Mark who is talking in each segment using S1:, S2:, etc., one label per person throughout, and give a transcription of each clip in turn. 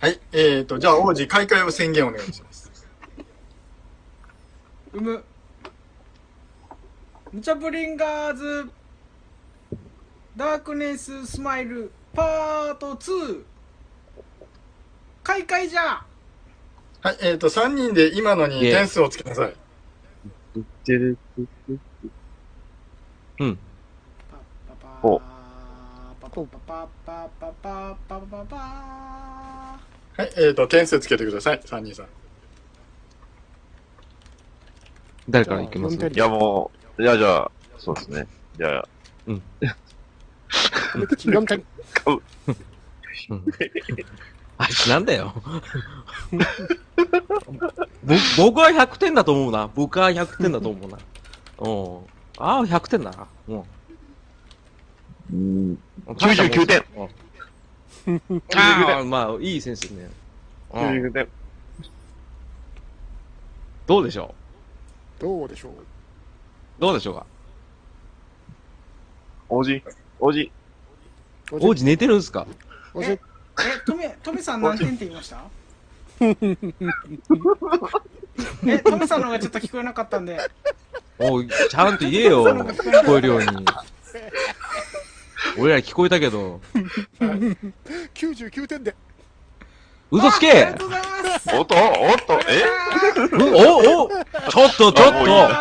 S1: はい。えっ、と、じゃあ、王子、開会を宣言お願いします。
S2: うむ。ムチャブリンガーズ、ダークネススマイル、パート2、開会じゃ
S1: はい。えっ、と、3人で今のに
S3: イエーイ
S1: 点数をつけなさい。
S3: うん。
S2: パッパパ
S3: お
S2: ーパッパパーパッパーパッパーパッパーパー
S1: はい。えっ、と、点数つけてください。3人さん。
S3: 誰から行きます
S4: じゃあ
S5: いや、もう、いや、じゃあ、そうですね。じゃあ、
S4: 読み取り。
S3: うん あいつなんだよ。ぼ僕は100点だと思うな。僕は100点だと 思うな。うん。ああ、100点だな。うん。
S5: うん、99点。
S3: うんああ、まあ、いいセンスね。うん
S5: 99点。
S3: どうでしょ
S4: どうでしょう
S3: うどうでしょうか
S5: 王子王子
S3: 王子寝てるんですか
S4: おじ
S2: え、トミ、トミさん何点って言いましたえ、トミさんの方がちょっと聞こえなかったんで。
S3: おい、ちゃんと言えよ。聞こえる ように。俺ら聞こえたけど。
S4: 99点で。
S3: 嘘つ
S2: ああり
S3: け
S2: がとうございます
S5: おっとおっとえ
S3: うおおちょっとちょっ
S5: あもう
S3: と
S5: いいや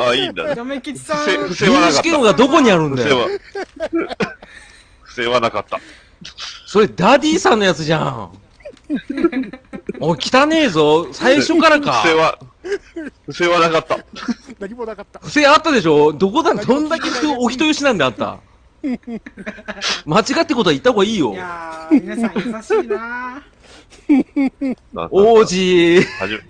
S2: あ
S5: あ、いいんだ
S2: ー
S5: ね。
S2: 嫁吉さん、
S5: せ不正はなか
S3: 入
S5: っ
S3: 試
S5: た
S3: 験。がどこにあるん
S5: 不
S3: だ
S5: 正
S3: よ
S5: は。不正はなかった。
S3: それダディさんのやつじゃん。おい、汚ねえぞ。最初からか
S5: 不。正は、不正はなかった。
S4: 何もなかった。
S3: 不正あったでしょどこだ、どんだけ人お人よしなんであった。間違ってことは言った方がいいよ
S2: い。やー、皆さん優しいな
S5: な
S3: 王子。
S5: はじさ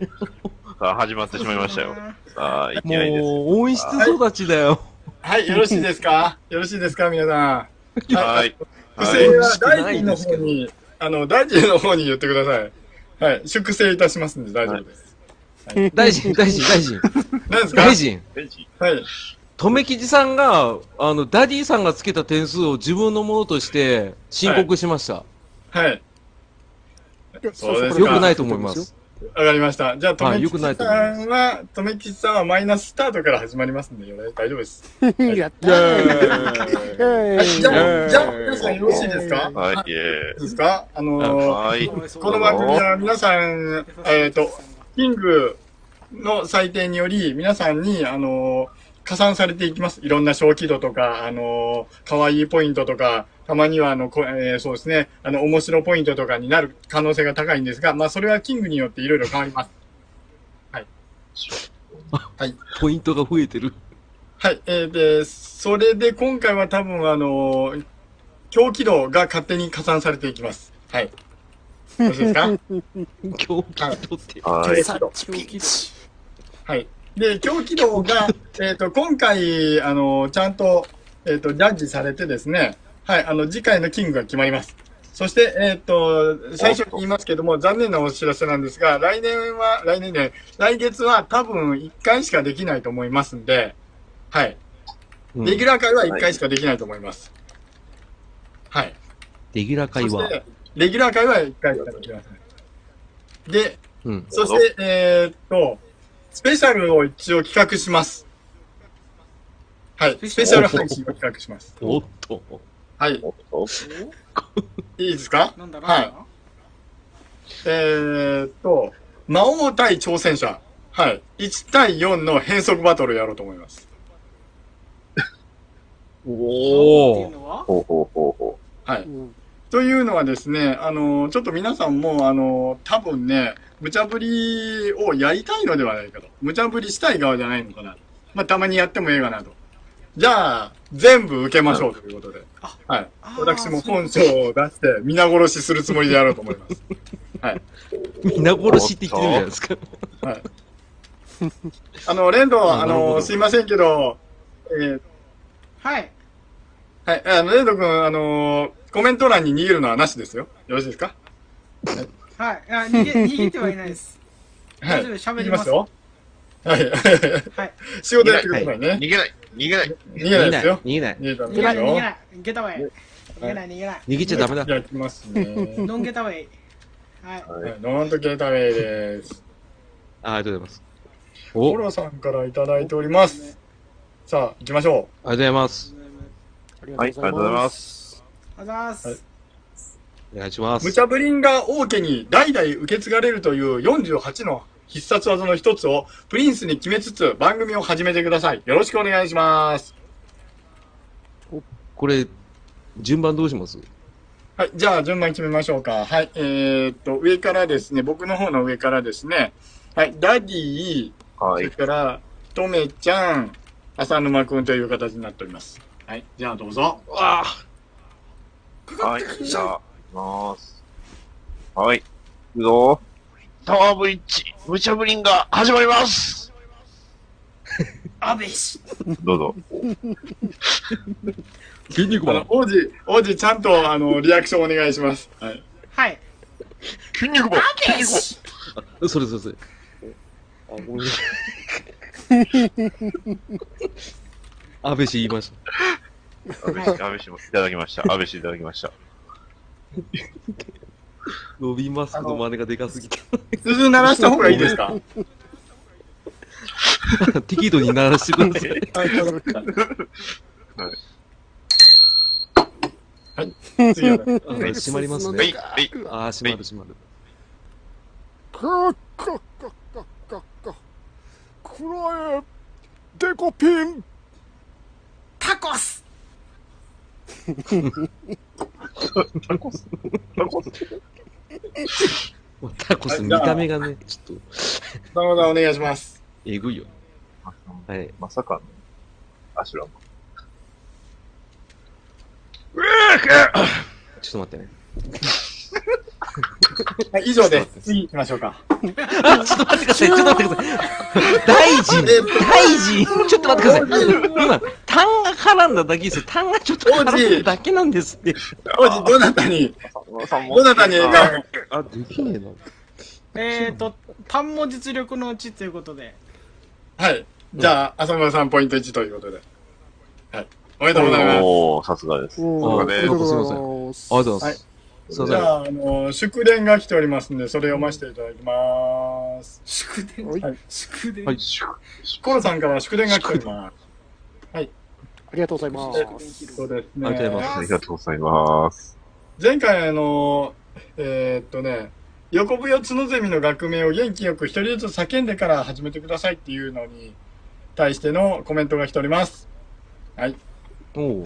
S5: あ始まってしまいましたよ。あーいき
S3: も
S5: なりです。
S3: う、温室育ちだよ。
S1: はい。よろしいです かよろしいですか皆さん。
S5: は。い。
S1: 不
S5: は
S1: 正
S5: い。
S1: は大臣の方に、あの、大臣の方に言ってください。はい。粛清いたしますんで大丈夫です。
S3: 大臣、大臣、大臣。
S1: 何ですか
S3: 大臣。
S1: はい。
S3: とめきじさんが、あの、ダディさんがつけた点数を自分のものとして申告しました。
S1: はい。そうですか
S3: よくないと思います。。
S1: わかりました。じゃあ、と
S3: は
S1: め
S3: い
S1: き
S3: よく
S1: ち
S3: ないと思
S1: さ
S3: い
S1: んは、とめきちさんはマイナススタートから始まりますんで、よろし大丈夫です。
S4: やった
S1: は
S4: ー
S1: い、じゃあ、じゃあ、
S5: イエ
S1: 皆
S5: ーイ
S1: さんよろしいですか
S5: はいい。イエ
S1: いですかあ
S5: ーイ
S1: のー、
S5: はい。
S1: この番組は皆さん、えっと、キングの採点により、皆さんに、あのー加算されていきます。いろんな小規度とか、あのー可愛いポイントとか、たまには、あの、こえーそうですね、あの、面白ポイントとかになる可能性が高いんですが、まあ、それはキングによっていろいろ変わります。
S3: ポイントが増えてる。
S1: はい、えー、で、それで今回は多分、あのー狂気度が勝手に加算されていきます。はい。よろしいですか
S3: 狂気とって。
S5: はい。
S1: 狂気度はい。で、狂気度が、えっと、今回、あの、ちゃんと、えっ、と、ジャッジされてですね、はい、あの、次回のキングが決まります。そして、えっ、と、最初に言いますけども、残念なお知らせなんですが、来年は、来年ね、来月は多分1回しかできないと思いますんで、はい。
S3: うん
S1: レギュラー会は1回しかできないと思います。はい。
S3: レギュラー会
S1: そし
S3: 話。
S1: て、レギュラー会は1回しかできません。で、
S3: うん。
S1: そして、えーっと、スペシャルを一応企画します。はい、スペシャル配信を企画します。
S3: おっと。
S1: はい、
S5: おっと
S1: いいですか
S2: なんだろう
S1: はいえーっと、魔王対挑戦者。はい、1対4の変則バトルをやろうと思います。
S2: っていう
S3: おお。
S2: のは
S5: ほうほうほうほ
S1: はい。というのはですね、あの、ちょっと皆さんも、あの、多分ね、無茶ぶりをやりたいのではないかと。無茶ぶりしたい側じゃないのかな。まあ、たまにやってもええかなと。じゃあ、全部受けましょうということで。はい。
S2: あー
S1: 私も
S2: そういう
S1: 本性を出して、皆殺しするつもりでやろうと思います。
S3: 皆殺しって言ってるじゃないですか。
S1: あの、レンド、あ
S3: なるほ
S1: の、
S3: ど
S1: すいませんけど、えー
S2: はい。
S1: はい、あの、レンド君、あの、コメント欄に逃げるのはなしですよ。よろしいですか
S2: はい。あ、逃げ、逃げてはいないです。
S1: はい。
S2: 大丈夫です喋
S1: い
S2: り
S1: ま
S2: ますす
S1: よ。はい。
S2: はい。
S1: 仕事やってくださいね。
S5: う。逃げない。逃げない。
S1: 逃げないですよ。
S3: げない
S1: 逃。げたん
S2: 逃
S1: です
S2: げない、逃げ
S1: よ。
S2: ない。ゲタウェイ。逃げない、逃げない。
S3: 逃げちゃダメだ
S1: じ。ゃあ、行きますね。
S2: ノンゲタウェイ。はい。
S1: はい、ノーントケータウェイです。
S3: あありがとうございます。
S1: フ
S3: お、あ
S1: ォ
S3: りが
S1: ロさんからいただいております。さあ、行きましょ
S3: とうございます。
S4: あり。
S5: はい、ありがとうございますす。
S2: ありがとうございます。
S1: はい
S3: お願いしま
S1: う。無
S3: す。
S1: 茶ぶりんが王家に代々受け継がれるという48の必殺技の一つをプリンスに決めつつ番組を始めてください。よろしくお願いします。
S3: これ、順番どうします
S1: はい、じゃあ順番決めましょうか。はい、えー、っと、上からですね、僕の方の上からですね、はい、ダディ、
S5: は
S1: それ
S5: い。
S1: から、とめちゃん、浅沼くんという形になっております。はい、じゃあどうぞ。
S3: わあ
S5: はい、じゃあ、いきます。はい、行くぞ。タワーブリッジ、無茶ぶりんが始まります
S2: 安倍氏。
S5: どうぞ。
S3: 筋肉
S1: あの、王子、王子、ちゃんと、あの、リアクションお願いします。はい。
S2: はい。
S5: 筋肉棒筋肉棒
S3: ンそれそれそれ。安倍氏言いました。
S5: 安倍氏、安倍氏もいただきました。安倍氏いただきました。
S3: ロビンマスクの真似がでかすぎて。
S1: 鈴鳴らした方がいいですかはい
S3: 適度に鳴らしてください。
S1: 次お願いします
S3: あ閉まります
S5: はい、
S3: ね。
S5: はい。
S3: ああ、閉まる閉まる。
S4: こっこっこっこっこっこ。こらえ、デコピン。
S2: タコス。
S3: タコス見た目がね、ちょっと、
S1: なるほど、お願いします。
S3: えぐいよ。はい。
S5: まさかの、アシュラマン。
S3: ちょっと待ってね。
S1: はい、以上です。次行きましょうか。
S3: あ、ちょっと待ってください。ちょっと待ってください。大臣、大臣、ちょっと待ってください。今、単が絡んだだけですよ。単がちょっと絡んだだけなんですって。
S1: 王子、どなたに、どなたに、
S5: あ
S3: あ、できねえな。
S2: えーと、単文実力のうちということで。
S1: はい。じゃあ、浅村さんポイント1ということで。はい。おめでとうございます。
S5: おー、さすがです。
S4: お
S5: あ
S4: りがとうございます。
S3: ありがとうございます。すいま
S1: じ
S3: せん。
S1: ゃあ、あの、祝電が来ておりますんで、それを読ませていただきます。
S2: 祝電。
S4: はい
S2: 祝電。
S3: はい
S1: コロさんから祝電が来ております。
S4: ありがとうござい
S2: 祝
S4: ま
S2: 電
S4: す。
S2: 披
S1: そう
S2: 露。
S1: です
S3: ありがとうございます
S1: ね。
S5: ありがとうございます。
S1: 前回あの、えーっとね、横笛角ゼミの学名を元気よく一人ずつ叫んでから始めてくださいっていうのに対してのコメントが来ております。
S3: おう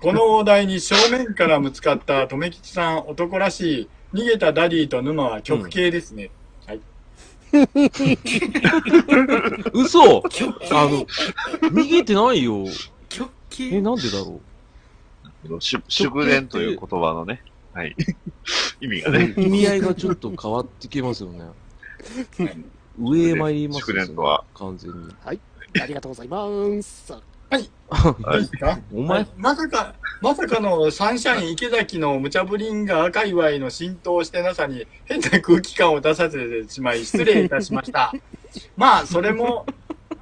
S1: このお題に正面からぶつかった留吉さん男らしい逃げたダディと沼は極刑ですね。
S3: 嘘あの、逃げてないよ。
S2: 極
S3: え、
S2: 刑。
S3: なんでだろ
S5: し祝電という言葉のね、 はい。意味が
S3: う。
S5: ね。
S3: 意味合いがちょっと変わってきますよね。上へ参ります
S5: 祝電とは。
S3: 完全に。
S4: ありがとうございます。
S5: はい
S1: いいですか
S3: お前、
S1: まさか、まさかのサンシャイン池崎の無茶ぶりんが界隈の浸透してなさに変な空気感を出させてしまい失礼いたしま した。まあ、それも、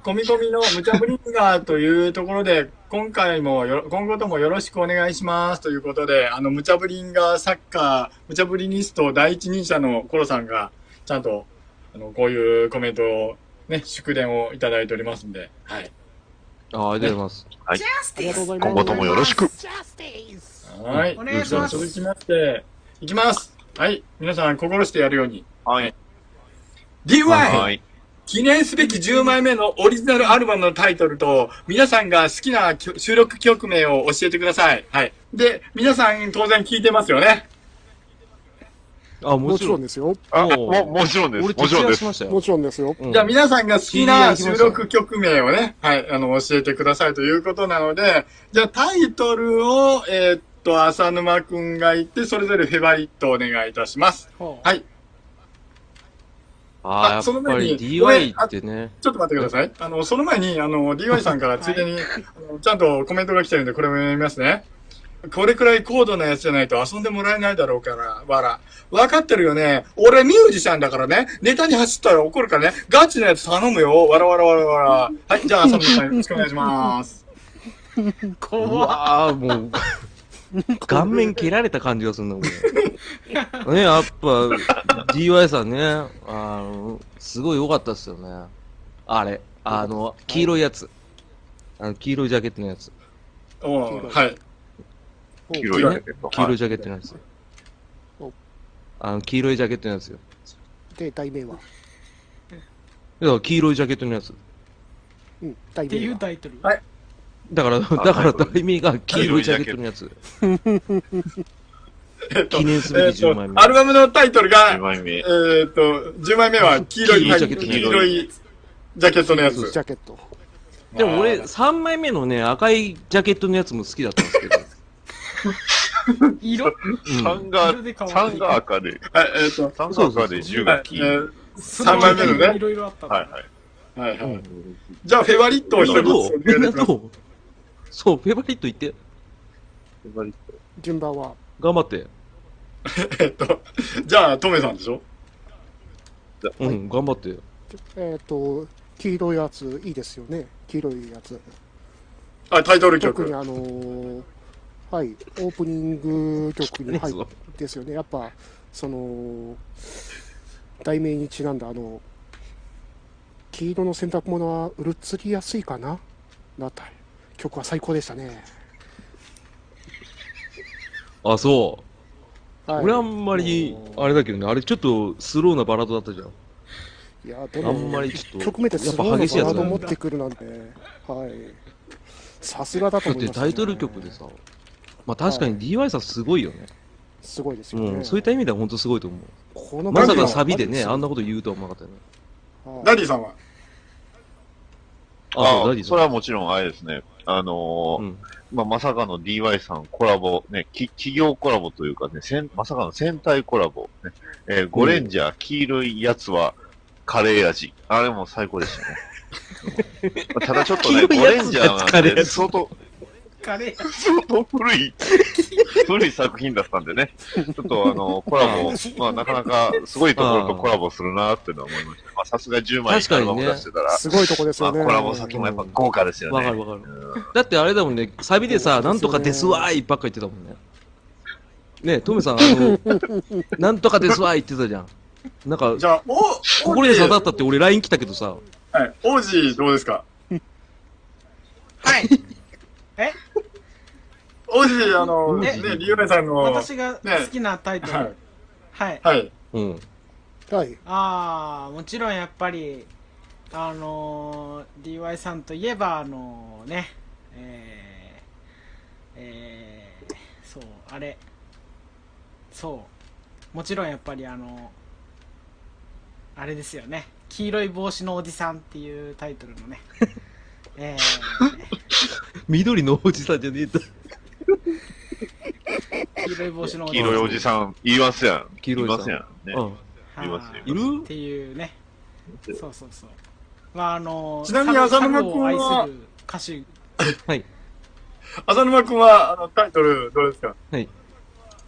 S1: 込み込みの無茶ぶりんがというところで、今回もよ、今後ともよろしくお願いしますということで、あの、無茶ぶりんがサッカー、無茶ぶりニスト第一人者のコロさんが、ちゃんと、あの、こういうコメントを、ね、祝電をいただいておりますんで、はい。
S3: あ、ありがとうございます。
S4: ありがとうございます。
S5: 今後ともよろしく。
S1: はい。
S2: お願いします
S1: 続きまして、いきます。はい。皆さん、心してやるように。
S5: はい。
S1: DY、
S5: はい。
S1: 記念すべき10枚目のオリジナルアルバムのタイトルと、皆さんが好きな曲収録曲名を教えてください。はい。で、皆さん当然聞いてますよね。
S3: あ、
S4: も
S3: も
S4: ち
S3: ち
S4: ろ
S3: ろ
S4: ん
S3: ん。
S4: ですよ。
S5: あ、
S3: お
S5: も、もちろんです。
S3: 俺
S5: もち
S3: 徹
S5: ろん
S3: 夜
S5: で
S3: し
S5: す。
S3: ましたよ
S4: も。ちろんですよ。
S3: うん
S1: じゃあ皆さんが好きな収録曲名をね、はい、あの、教えてくださいということなので、じゃあタイトルを、えーっと、浅沼くんが言って、それぞれフェバリットお願いいたします。
S2: ほう
S1: はい。あ
S3: ああ、
S1: そ
S3: や
S1: の
S3: っぱ
S1: 前に
S3: り DY ってね。
S1: ちょっと待ってください。あの、その前に、あの、DY さんからついでに、あのちゃんとコメントが来てるんで、これも読みますね。これくらい高度なやつじゃないと遊んでもらえないだろうから、わら。わかってるよね。俺ミュージシャンだからね。ネタに走ったら怒るからね。ガチなやつ頼むよ。わらわらわらわら。 はい、じゃあ、浅野さんよろしくお願いします。
S3: うわあ、もう。顔面蹴られた感じがするんだ、 これ。ね、やっぱ、DY さんね、あの、すごい良かったっすよね。あれ、あの、黄色いやつ。あの、黄色いジャケットのやつ。
S1: おーはい。
S5: 黄色いジャケット。
S3: 黄色い
S5: い。
S3: ジャケットのやつ
S4: お。
S3: あの、黄色いジャケットのやつよ。
S4: で、題名は。
S3: いや、黄色いジャケットのやつ。
S4: うん、題
S2: てい
S4: 名
S2: う
S4: は。
S2: タイトル。
S1: はい
S3: だから、だから、題名が黄色いジャケットの やつ。
S1: えっと
S3: 記念す
S1: え
S3: べ
S1: っ
S3: き10枚
S1: と、
S3: 目。
S1: アルバムのタイトルが
S5: 2、枚目
S1: え。ーっと、10枚目 は黄色い、
S3: 黄色いジャケット
S1: 黄色いジャケットのやつ。
S4: ジャケット。
S3: でも俺、
S1: あー
S3: 3枚目のね、赤いジャケットのやつも好きだったん ですけど。
S2: 色
S5: 3が、
S2: 色で変わる
S5: 3が赤で、
S1: はい、えーっと、
S5: 3が赤で10が黄
S1: はいえ
S5: 色。
S1: ー三枚目のね
S2: いろいろあったんだ。
S5: はいはい。
S1: はいは
S3: う
S1: い。
S3: ん。
S1: じゃあ、フェバリットを
S3: み
S1: 一
S3: んな
S1: つ
S3: どう
S1: お願
S3: みん
S1: い
S3: な
S1: します
S3: どうそう、フェバリット言って。
S4: 順番は、
S3: 頑張って。
S1: えっと、じゃあ、トメさんでしょ
S3: うん、頑張って。
S4: えっ、と、黄色いやつ、いいですよね。黄色いやつ。
S1: あ、タイトル
S4: 特に
S1: 曲。
S4: あのーはい、オープニング曲に入っ
S3: そう
S4: ですよね。やっぱ、その、題名にちなんだ、あの、黄色の洗濯物はうるつりやすいかななった曲は最高でしたね。
S3: あ、そう。
S4: はい、
S3: 俺あんまり、あれだけどね、あれちょっとスローなバラードだったじゃん。
S4: いや、でも、
S3: あんまりちょっと。
S4: 曲目で
S3: やっ
S4: す
S3: ぱ
S4: ごいの
S3: 激しいや
S4: バラ
S3: つ
S4: ード
S3: だ
S4: 持
S3: ね
S4: っ。てくるなんて、はい。さすがだと
S3: だっ
S4: 思い
S3: て
S4: ます、
S3: タイトル曲で。さ。まあ確かに DY さんすごいよね。
S4: すごいですよね。
S3: うん、そういった意味では本当すごいと思う。
S4: この
S3: ま
S1: マジ
S3: さ
S1: で
S3: かサビでね、あん
S4: の、
S3: なこと言うとは思わなかったよね。
S4: はい
S1: ダディさんは
S3: あ、そう、
S5: あ
S3: ダディ
S5: そ
S3: さ
S5: れ
S3: ん。
S5: はもちろんあれですね。あの
S3: う
S5: ー、
S3: ん。
S5: まあ、まさかの DY さんコラボ、ね、き企業コラボというかね、せんまさかの戦隊コラボ、ね。えーゴレンジャー、黄色いやつは、カレー味。あれも最高 でしたね。うんただちょっとね、ゴ
S3: 黄色い
S5: レ
S3: や
S5: ン
S3: つ
S5: ジ
S3: の
S5: ャー
S3: やつカレー
S5: なんで、
S3: 味
S5: 相当、
S2: カレー。
S5: 相当 古い、古い作品だったんでね。ちょっとあの、コラボ、まあなかなかすごいところとコラボするなっていうのは思いました。まあさすが10枚
S3: 確かにね
S5: アルバム出してたら、
S4: すごいとこです
S5: ま
S4: よ
S5: あコ
S4: ね。
S5: ラボ先もやっぱ豪華ですよ
S3: わか
S5: ね
S3: る。わかる。だってあれだもんね、サビでさ、なんとかですわーいばっか言ってたもんね。ねえ、トメさん、あの、なんとかですわーいって言ってたじゃん。なんか
S1: じ、ゃあ、お、
S3: 心に刺さったって俺 LINE 来たけどさ、
S1: はい。王子、どうですか
S2: はい。え
S1: 王子、あの、ね、リュウメイさんの、は
S2: 私が好きなタイトル。
S1: い。
S2: はい。
S1: はい。
S3: うん。
S4: はい。
S2: ああ、もちろんやっぱり、あのー、DY さんといえば、あのね、えー、えー、そう、あれ、そう、もちろんやっぱりあのあれですよね、黄色い帽子のおじさんっていうタイトルの ね、え
S3: 緑のおじさんじゃねえんだ。
S2: ー、黄色い帽子のお
S5: 黄
S2: じさん。
S5: 色いおじさん、言いますやん。
S3: 黄色い
S5: 言
S3: お
S5: い
S3: じ
S5: ます
S3: さん
S5: やん。ね。
S3: うん。
S2: はい
S5: いますよ
S3: いる
S2: っていうね、そうそうそう。まあ、あの
S1: ちなみに浅沼君は
S2: サブを愛する歌手
S3: はい。
S1: 浅沼くんは、あの、タイトル、どうですか
S3: はい。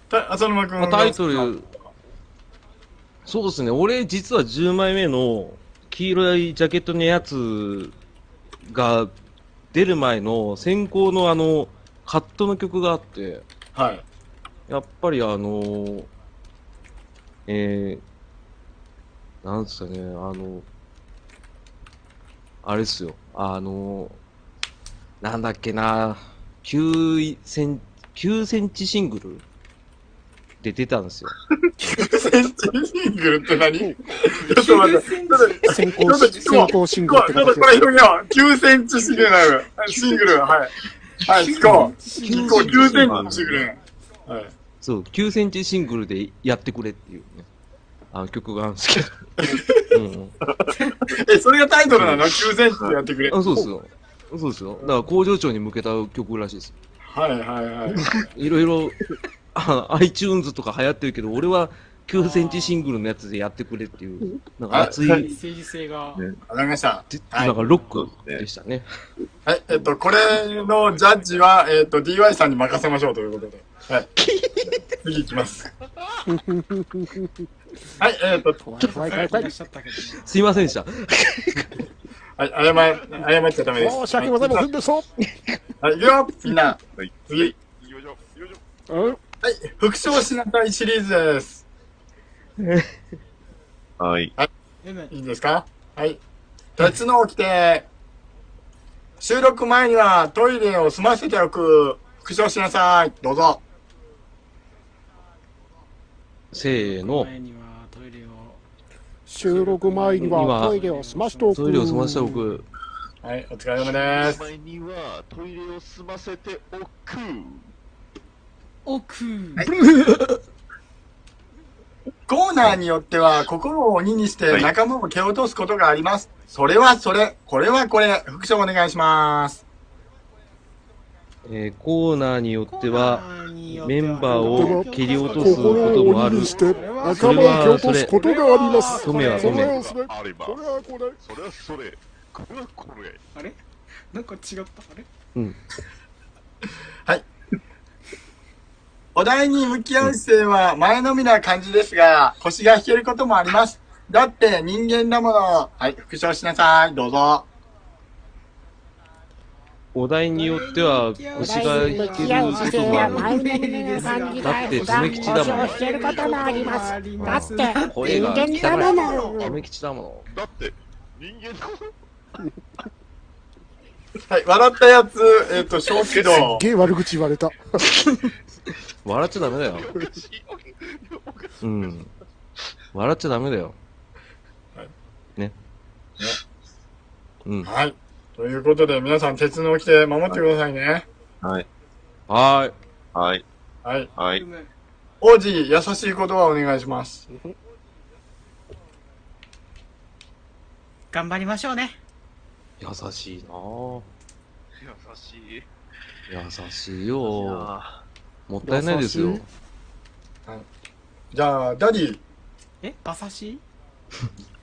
S1: た浅沼くん
S3: まあ
S1: は。
S3: タイトル、そうですね、俺実は10枚目の黄色いジャケットのやつが出る前の先行のあの、カットの曲があって、
S1: はい。
S3: やっぱりあのーえー、なんですかね、あの、あれっすよ、あのーなんだっけな、9セン9センチシングルで出たんですよ。
S1: センチシングルって何ちょっと待って。ちょっと
S4: 先
S1: ちょ
S4: 行
S1: っと
S4: し、
S1: ちょっ
S4: 先
S1: と
S4: 行シン
S1: 聞
S4: グル
S1: こうちょ
S4: って
S1: っと
S4: 形
S1: これ広げよう。9センチシングル、はい。シングル、はい。はい、聞こう。聞こう、9センチシングル。はい。
S3: そう、9センチシングルでやってくれっていうね、あの曲があるんです けど。うんうん
S1: え、それがタイトルなの ?9 センチでやってくれ。
S3: あそうですよ。そうですよ。だから工場長に向けた曲らしいです。
S1: はいはいはい。
S3: いろいろ、あ iTunes とか流行ってるけど、俺は9センチシングルのやつでやってくれっていう、なんか熱い、
S5: あは
S3: で
S2: 政治性が。
S1: わかりました。はい
S3: なんかロックでしたね。
S1: はい、えっと、これのジャッジは、えっと、DY さんに任せましょうということで。はい。次行き ます。はい、えっと、
S4: 怖い怖い怖
S2: い
S4: い
S2: らっしゃったけどね
S3: すいませんでした。
S1: はい、謝、謝っちゃダメです。
S4: 申し訳ございませんでした。
S1: はい、行くよみんな
S5: はい。
S1: 次。
S5: よいしょよいしょ
S4: うん
S1: はい、復唱しなさいシリーズです。
S5: はい。
S2: M
S1: いいですかはい。鉄の起きて、収録前にはトイレを済ませておく、復唱しなさい。どうぞ。
S3: せーの。
S2: 前にはトイレを
S4: 収録前にはトイレを済ましておく。
S3: トイレを済ませておく。
S1: はい、お疲れ様です。
S5: 前にはトイレを済ませておく。
S2: 奥、
S1: コーナーによっては心を鬼にして仲間を蹴落とすことがあります。それはそれ、これはこれ、復唱お願いします。
S3: えーコーナーによっては、メンバ
S4: ーを
S3: 切り落とすこ
S4: 心
S3: と
S4: を
S3: もあ
S4: 鬼
S3: る
S4: にして仲
S3: それ
S4: 間を
S3: は
S4: 蹴落とすことがあります。
S3: それは
S4: そ
S3: それ
S4: れはそれ
S5: あれば
S4: こ。れはこれ。
S5: それはそれ。これはこれ。
S2: あれなんか違ったあれ
S3: うん。
S1: お題に向き合う姿勢は前のみな感じですが、腰が引けることもあります。だって人間だもの。はい、復唱しなさい。どうぞ。
S3: お題によっては、腰が引けることもある。だって爪吉だもん
S6: 腰を引けることもありますだって
S3: 声
S6: 人
S3: が
S6: 間だもの
S3: ため吉だも
S5: だって、人間の
S1: はい、笑ったやつ、えっ、と、 小気道。
S4: ゲー悪口言われた。
S3: の。笑っちゃダメだよ。
S5: おかしい。おかしい。
S3: うん。笑っちゃダメだよ
S1: はい。
S3: ね。うん。
S1: はい。ということで、皆さん、鉄の起きて守ってくださいね。
S5: はい。
S3: はーい。
S5: はい。
S1: はい。
S5: はい。
S1: 王子、優しい言葉をお願いします。
S2: 頑張りましょうね
S3: 優しいなぁ。
S5: 優しい。
S3: 優しいよもったいないです
S4: 優
S3: よ
S4: しい。
S1: じゃあ、ダディ、
S2: え馬刺し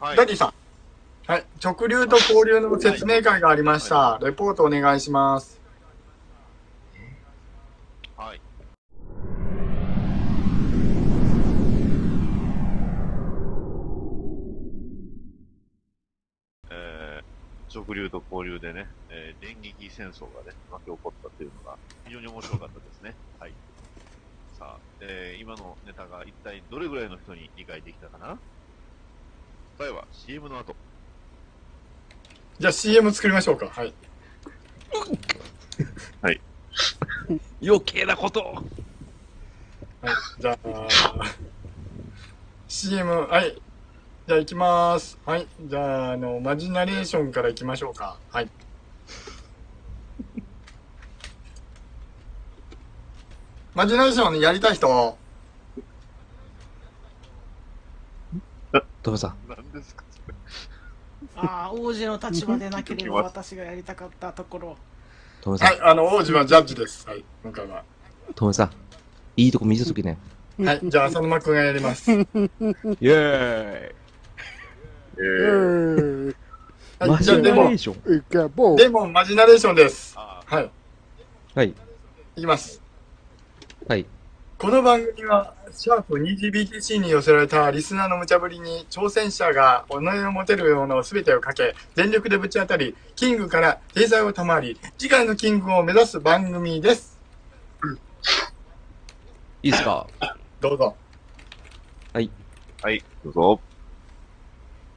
S5: はい
S1: ダディさん。はい。直流と交流の説明会がありました。レポートお願いします。
S5: はい。えー、直流と交流でね、えー、電撃戦争がね、巻き起こったというのが非常に面白かったですね。はい。さあ、えー、今のネタが一体どれぐらいの人に理解できたかな答えは CM の後。
S1: じゃあ、CM 作りましょうか。はい。
S3: 余計なことを
S1: はい。じゃあ、CM、はい。じゃあ、行きます。はい。じゃあ、あの、マジナレーションから行きましょうか。はい。 マジナレーションやりたい人
S3: トメさん。
S5: 何ですかそれ
S2: ああ王子の立場でなければ私がやりたかったところ
S3: トメさ
S1: は
S3: ん。
S1: い、あの、王子はジャッジです。はい、今回は。
S3: トメさん。いいとこ見せときね。
S1: はい、じゃあ、浅沼くんがやります。
S3: イェーイ。
S5: え
S4: え
S5: ー、
S4: ー、
S1: はい、じゃあ、
S4: マジナレーション
S1: でも、
S3: ション。
S4: ガボー
S1: でも、マジナレーションです。
S5: あー
S1: はい、
S3: はい。
S1: いきます。
S3: はい。
S1: この番組は、シャープ 2GBTC に寄せられたリスナーの無茶ぶりに、挑戦者が己を持てるものを全てをかけ、全力でぶち当たり、キングから経済を賜り、次回のキングを目指す番組です。
S3: いいですか
S1: どうぞ。
S5: はい、どうぞ。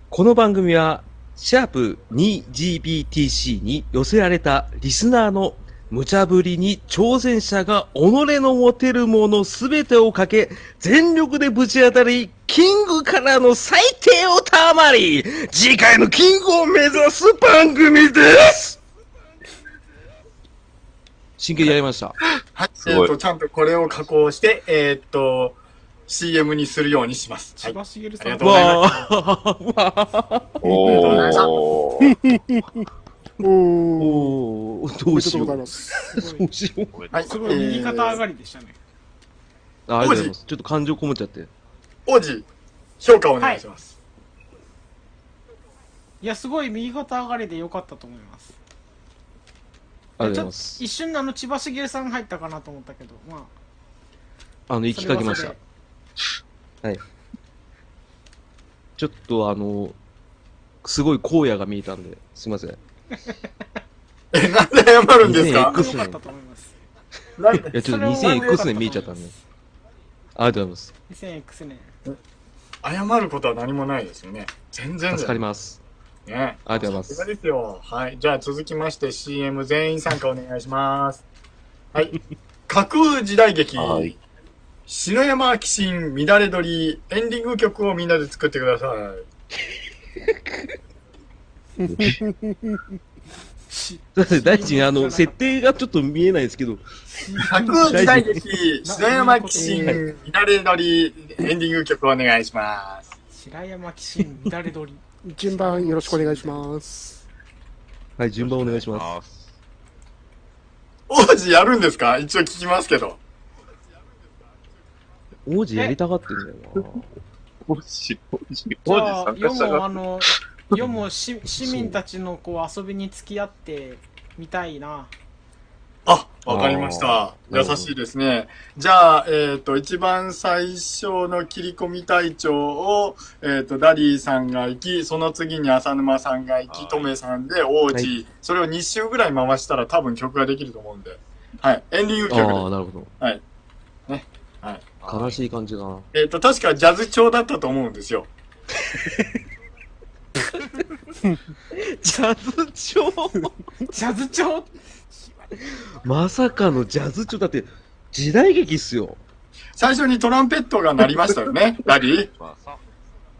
S3: この番組は、シャープ 2GBTC に寄せられたリスナーの無茶ぶりに挑戦者が己の持てるものすべてをかけ、全力でぶち当たり、キングからの最低をたまり、次回のキングを目指す番組です真剣にやりました。
S1: はい、えっ、
S5: ごい
S1: と、ちゃんとこれを加工して、えっ、と、CM にするようにします。は
S2: 千
S1: い。
S2: 葉茂
S1: あり
S2: さ
S1: が
S2: ん
S1: とうございます。
S5: おー。
S4: おー。
S3: おー、
S4: お
S3: ど
S4: め
S3: う
S4: でと
S3: しよ
S4: うご
S3: う。
S4: ざい
S3: ど
S4: ます。
S3: うしよう。
S5: おめでとうござい
S1: は
S5: ます
S1: い、
S2: すごい右肩
S1: え
S2: 上
S1: ー
S2: がりでしたね
S3: あありがとうございます。ちょっと感情こもっちゃって。
S1: 王子、評価をお願いします。
S2: いやすごい右肩上がりで良かったと思います
S3: ありがとうございます。
S2: 一瞬あの千葉茂さん入ったかなと思ったけどまあ
S3: あの、行きかけました。ちょっとあの、すごい荒野が見えたんで、すいません。
S1: え、なんで謝るんですか
S2: それはそれで良かったと思います
S1: ライブ
S3: いや、ちょ
S2: そ
S3: っと
S2: れも
S3: 2000X 年見えちゃったね。ありがとうござい
S2: 2000X ね。
S1: 謝ることは何もないですよね。全然
S3: ます。助かり
S1: ま
S3: ます。
S1: す。ね。
S3: ありがとうございます
S1: さすがですよ。はい。じゃあ続きまして CM 全員参加お願いします。はい。 架空時代劇、
S5: はい。
S1: 篠山紀信乱れ鳥、エンディング曲をみんなで作ってくださ
S3: だって大臣、あの、設定がちょっと見えないですけど、
S1: い。架空時代 劇、篠山紀信乱れ鳥、エンディング曲をお願いします。
S2: 白山騎士乱れ 鳥。
S4: 順番よろしくお願いします。
S3: はい、順番お願いします。
S5: あ
S1: 王子やるんですか一応聞きますけど。
S3: 王子やりたがってんだよな。
S5: おじ、おじ、
S2: じ
S5: おじ
S2: ゃあ
S5: 参、加
S2: 世
S5: した
S2: も
S5: が
S2: あ
S5: っ
S2: の、世もし市民たちのこう遊びに付き合ってみたいな。
S1: あ、わかりました。
S3: あー
S1: 優しいですね。じゃあ、えっ、と、一番最初の切り込み隊長を、えっ、と、ダリーさんが行き、その次に浅沼さんが行
S5: は
S1: き、
S5: い
S1: トメさんで王子、
S3: は
S1: それを2周ぐらい回したら多分曲ができると思うんで。はい。エンディング曲
S3: ああ、
S1: で
S3: なるほど。
S1: はい。ねはい。
S3: 悲しい感じだな。
S1: す。えっ、と、確かジャズ調だったと思うんですよ。
S3: ジャズ調
S2: ジャズ調
S3: まさかのジャズ調だって、時代劇っすよ。
S1: 最初にトランペットが鳴りましたよね、ダリー。
S5: まあ、さ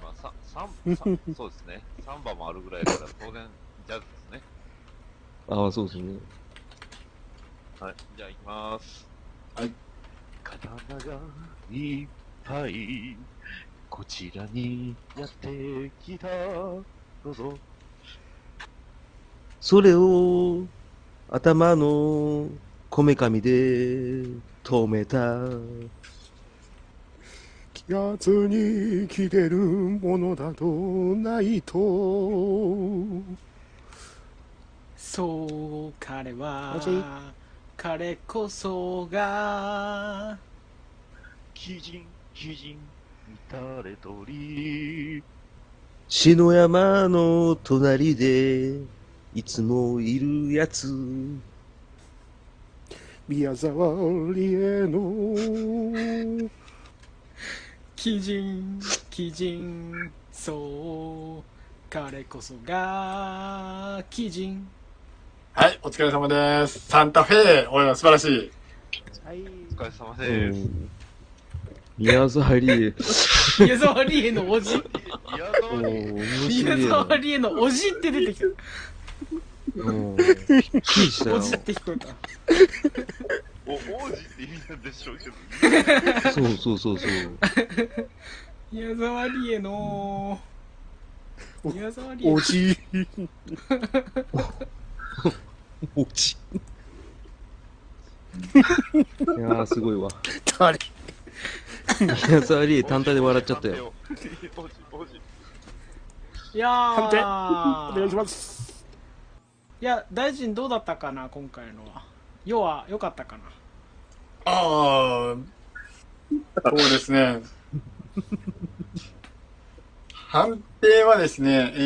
S5: まあ、さ、さん、さんそうですね。サンバもあるぐらいだから、当然、ジャズですね。
S3: ああ、そうですね。
S5: はい、じゃあ行きます。
S1: はい。
S5: 刀がいっぱい、こちらにやってきた。どうぞ。
S3: それを、頭の、こめかみで、止めた。
S4: 気がつに切れるものだとないと。
S2: そう、彼
S4: もし
S2: は、彼こそが、
S5: 鬼人、鬼人、乱れ鳥。
S3: 篠山の隣で、いつもいるやつ。
S4: 宮沢りえの。
S2: 鬼人、鬼人、そう、彼こそが、鬼人。
S1: はい、お疲れ様です。サンタフェー、おや素晴らしい。
S2: はい。
S5: お疲れ様
S3: う
S5: です。
S3: ん宮沢りえ。
S2: 宮沢りえのおじ。
S5: いや、
S3: お
S5: どう
S3: ー面
S5: も
S2: 宮
S3: 白いな
S2: 沢りえのおじって出てきた。
S3: うん。びっくりした
S2: お
S3: よ。
S2: じって聞こえた。
S5: お、王子って意味なんでしょうけど、
S3: そうそうそうそう。
S2: 宮沢りえの宮沢りえ
S4: おじい。
S3: おち。いやー、すごいわ。
S4: 誰
S3: 宮沢りえ単体で笑っちゃったよ。
S5: よ。王子、王子。
S2: いや
S4: 判定
S2: ー
S4: お願いします。
S2: いや大臣どうだったかな今回のは要は良かったかな
S1: ああ、そうですね。判定はですね、え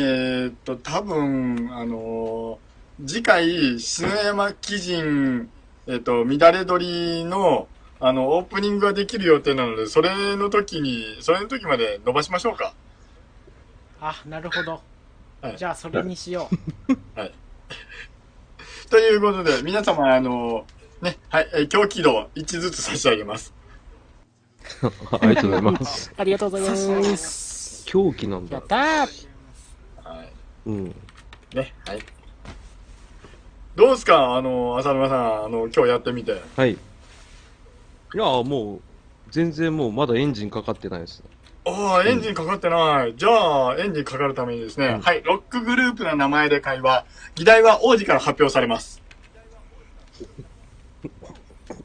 S1: ーっと、多分、あのー次回、篠山基人、えーっと、乱れ鳥の、あの、オープニングができる予定なので、それの時に、それの時まで伸ばしましょうか。
S2: あなるほど、
S1: はい
S2: じゃあそれにしよう
S1: ということで、皆様、あのーね、はい、えー狂気度1ずつ差し上げます。
S3: ありがとうございます。
S6: ありがとうございます。
S3: 狂気なん
S6: や
S3: だ
S6: っ。たー
S1: はい。
S3: うん。
S1: ね、はい。どうですか、あの、浅沼さん、あの、今日やってみて。
S3: はい。いやー、もう、全然もう、まだエンジンかかってないです。
S1: ああ、エンジンかかってない。じゃあ、エンジンかかるためにですね、
S3: うん
S1: はい、ロックグループの名前で会話、議題は王子から発表されます。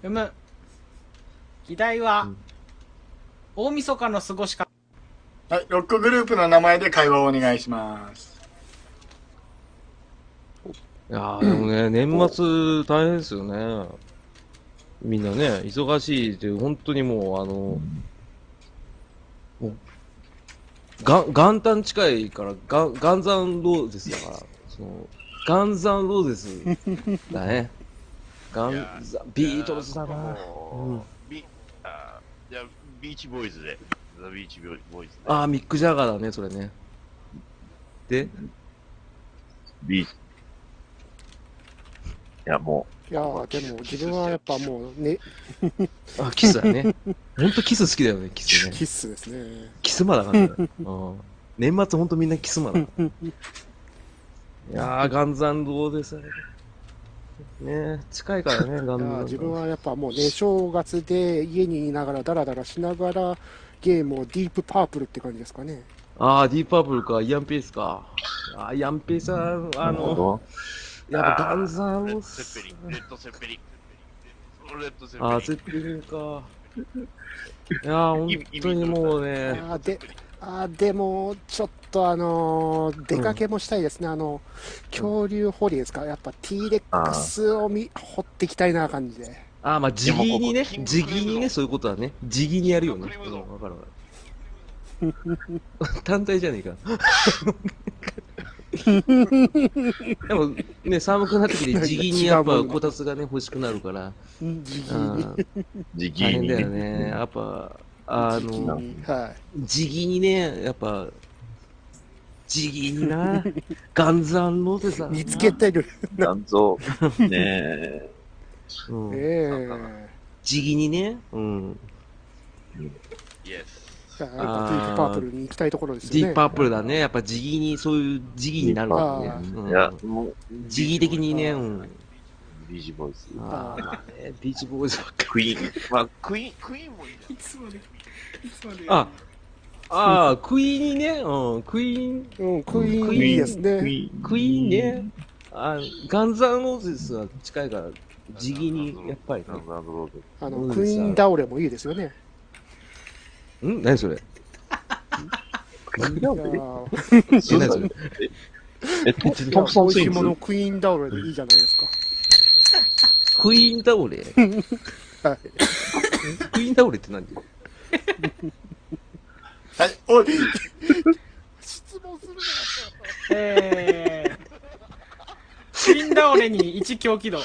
S2: うむ議題は、
S3: うん
S2: 大晦日の過ごし方
S1: はい、ロックグループの名前で会話をお願いします。
S3: いやー、でも ね、年末大変ですよね。みんなね、忙しいって、本当にもう、あの、もうが元旦近いから、が元 山ローゼスだから、その、元山ローゼスだね。ガ
S5: い
S3: ン
S5: や、
S3: ザビートルズだな。
S5: もう、ビ、あーいや、ビーチボーイズで。ザ・ビーチボーイズで。
S3: ああ、ミック・ジャガーだね、それね。で、
S5: ビーチ。いや、も
S4: いやーでも自分はやっぱもうね
S3: あ、キスだ ね。ほんとキス好きだよね、キスね。
S4: キッスですね
S3: キスマだからね。うん年末ほんとみんなキスマだ。いやー、ガンザンドですね。ね近いからね、ガンザン
S4: い
S3: ド
S4: やー自分はやっぱもうね正月で家にいながらダラダラしながらゲームをディープパープルって感じですかね
S3: ああ、ディープパープルか、イアンペースか。ああ、イアンペースは、あ
S5: う、
S3: の、やっぱガンザ
S5: レ
S3: ン
S5: ッド・
S3: を
S5: セッペリン、レッド・セッペリン。レッド・セッペリン。
S3: ああ、絶品か。いやー、本当にもう
S4: あ
S3: ね、
S4: ーであーでもちょっとあのー出かけもしたいですね、あの恐竜掘りですかやっぱ T レックスを見掘っていきたいな感じで
S3: ああ、まあ、ジギーにね
S5: でもここ、
S3: ジギーにね、そういうことはね、ジギーにやるよね。
S5: キン
S3: う
S5: グクルー
S3: ん、
S5: ド
S3: わかるわかる。 単体じゃねえか。でもね、寒くなってきて、ジギーにやっぱこたつがね、欲しくなるから、
S4: うんジギ
S3: う
S4: ーに
S3: ん、
S5: ジギ
S3: 大
S5: ー
S3: 変
S5: に
S3: だ
S5: ね
S3: よね。やっぱ、あ
S4: ジギー
S3: の、
S4: にはい
S3: ジギーにね、やっぱ、ジギーにな、ガンザンローゼさんな。
S4: 見つけてる。
S5: なんぞ、ねえ。
S3: うん
S4: ええ
S3: ジギにね、うん、
S5: イエ
S4: じゃあ、やっぱディープパープルに行きたいところで
S3: デ
S4: す
S3: ィ
S4: よ
S3: ー
S4: ね。
S3: プパープルだね、やっぱジギに、そういうジギになるわけね
S4: あ
S5: ス。
S3: う
S5: い
S3: ん
S5: や、もう、
S3: ジギ的にね、うん、
S5: ビーチボーイズ。
S3: あーまあね、ビーチボーイズばっかり。
S5: クイーン。まあ、クイーン、クイーンもいいじ
S2: いつまでいつまで
S3: あああ、クイーンね、うん、クイーン、
S4: うん、クイー
S3: ク
S4: ン
S3: イーン
S4: いいです
S5: ゃん。ク
S4: ね。
S5: イーン。
S3: クイーンね、あガンザンローゼスは近いから、ジギにやっぱり
S5: ガンズロー
S4: あ
S3: う
S4: の、
S3: ん
S4: クイーン倒れもいいですよね。
S3: ね。ん何それ
S4: いやー
S5: ド
S3: え、何それ
S5: え、ト
S4: いや
S5: トムソン
S4: 美
S5: ツイ
S4: 味しい
S5: ンズ
S4: ものクイーン倒れでいいじゃないです
S3: クイーン倒れ
S4: か。はい。
S3: クイーン倒れって何
S1: はい、おい、
S4: 質問する
S2: えー、ピン倒れに一強気度。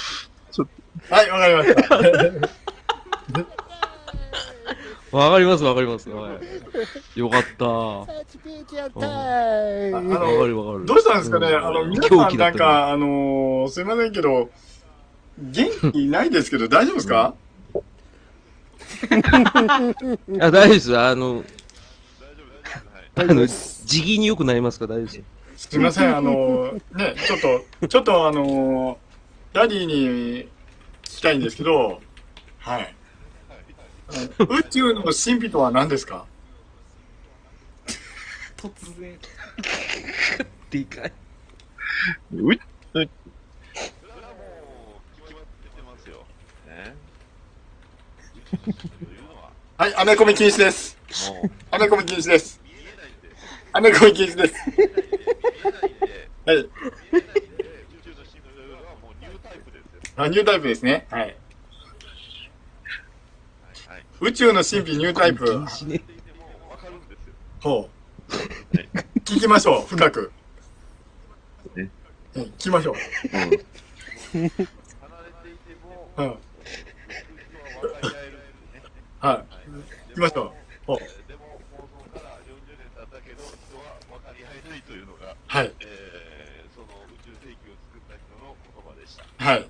S1: はい、わかりま した。
S3: わかります、わかります。はいよかった。わ
S4: な。サーチページやった
S1: ああ
S4: ーい。
S1: の
S3: かるわかる。
S1: どうしたんですかね、
S3: う
S1: あの、皆さ
S3: 狂
S1: ん
S3: 気
S1: な
S3: だ
S1: ん
S3: ったね
S1: か、あのーすいませんけど、元気ないですけど、大丈夫ですか、
S3: いや、大丈夫です。 あの、あの、地銀によくなりますから大丈夫です。
S1: すいません、あのーね、ちょっと、ちょっとあのーダディに聞きたいんですけど、はい。あの宇宙の神秘とは何ですか
S2: 突然。
S3: でかい。
S5: うっ、うっ。それはもう、決まってますよ。ね。
S1: はい、アメコミ禁止です。
S5: もう、
S1: アメコミ禁止です。
S5: 見えないで、
S1: アメコミ禁止です。
S5: 見えない
S1: は
S5: で、
S1: い。
S5: 見えないで、宇宙のシングルはもうニュータイプですよ。
S1: あニュータイプですね。はい。
S5: はい。
S1: 宇宙の神秘ニュータイプ。
S3: しね。
S5: でいてもわかるんですよ。
S1: ほう
S5: はい。
S1: 聞きましょう、深く。
S5: え
S1: うん聞きましょう。
S5: 離れていても、
S1: うん。はい。
S5: 分かり合えるんですね。
S1: 聞きましょう。ほう。
S5: でも、放送から40年経ったけど、人は分かり合えないというのが、
S1: はい。
S5: えー、その宇宙世紀を作った人の言葉でした。
S1: はい。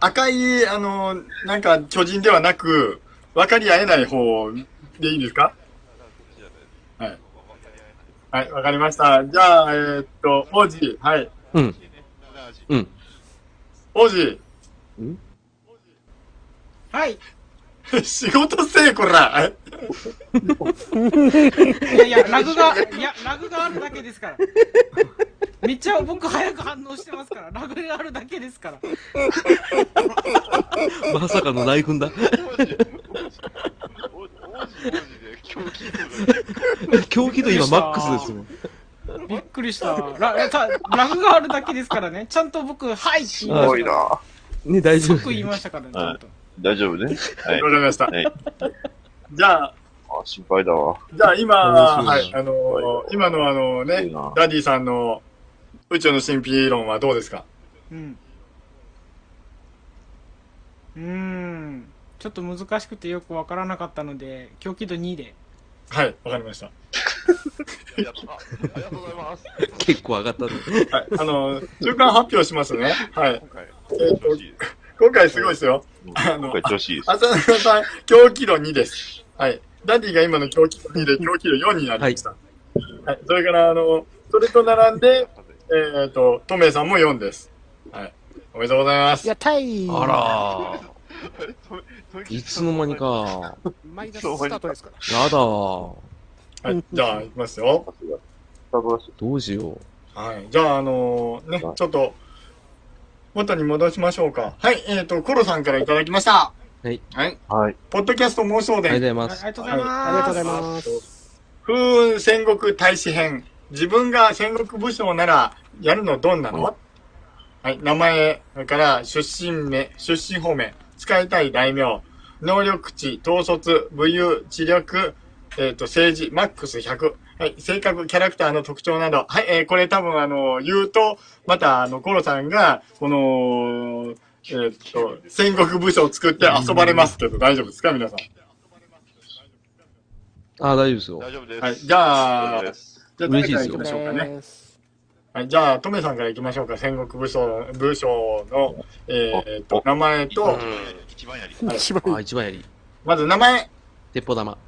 S1: 赤い、あの、なんか巨人ではなく、分かり合えない方でいいですかはい。はい、わかりました。じゃあ、えーっと、王子、はい。
S3: うん。うん。
S1: 王子、
S2: はい。
S1: 仕事せえ、こら。
S2: いやいや、ラグが、いや、ラグがあるだけですから。めっちゃ僕早く反応してますから。ラグがあるだけですから。
S3: まさかの内紛だ。
S5: 王子、王子で狂気とか
S3: 狂気度今マックスですもん。
S2: びっくりした。ラたラグがあるだけですからね。ちゃんと僕、はいって言いましたから。
S5: な。
S3: ね、大丈
S2: 即
S3: 夫。
S2: 言いましたからね、ちゃんと。
S5: 大丈夫ね。はい
S1: わ。かりました。
S5: はい。
S1: じゃあ、
S5: あ、心配だわ。
S1: じゃあ今は、は
S3: 面白い
S1: い、あのー今のあの
S5: い
S1: ね
S5: いな、
S1: ダディさんの宇宙の神秘論はどうですか
S2: うん。うんちょっと難しくてよくわからなかったので狂気度2で
S1: はい、わかりました。
S5: やった。ありがとうございます。
S3: 結構上がったね。
S1: はい、あの、中間発表しますね。はい。
S5: 今回、
S1: えっと
S5: 調子いいです。
S1: 今回すごいですよ。あの
S5: 今回調子いいです。
S1: 浅野さん、狂気度2です。はい。ダディが今の狂気度2で狂気度4になりました。はい。それから、あの、それと並んで、えっ、と、トメさんも4です。はい。おめでとうございます。
S4: やったい
S3: あらー、い
S5: い
S3: つの間に。か。
S4: マイナススタートですから。
S3: やだー。
S1: はい。じゃあ、いきますよ。
S3: どうしよう。
S1: はい。じゃあ、あのね、ちょっと、元に戻しましょうか。はい。えっ、と、コロさんからいただきました。
S3: はい。
S1: はい。
S5: はい。
S1: ポッドキャスト妄想
S3: ありがとう
S1: 伝
S3: ござ
S2: は
S3: い
S2: い
S3: ま
S2: あ
S3: す。
S2: りがとうございます、
S4: ありがとうございます。
S1: 風雲戦国大使編。自分が戦国武将ならやるのどんなの、はい、名前それから出身名、出身方面、使いたい大名、能力値、統率、武勇、知略、えっ、と、政治、マックス100。はい、性格、キャラクターの特徴など。はい、えーこれ多分あの、言うと、またあの、コロさんが、この、えっ、と、戦国武将を作って遊ばれますけど、大丈夫ですか皆さん。
S3: あ、大丈夫ですよ。
S5: 大丈夫です。
S1: はい、じゃ
S5: 大
S1: あ
S5: 丈夫で、す
S1: じゃあ、
S3: 嬉しい
S1: 誰
S3: で
S1: から行きま
S3: すよ
S1: しょうかね。
S4: です
S1: はい、じゃあ、トメさんから行きましょうか。戦国武将、武将の、えー、と、名前と、
S5: 一番やり。
S4: 一番
S3: あ、一番やり。
S1: まず名前。
S3: 鉄砲玉。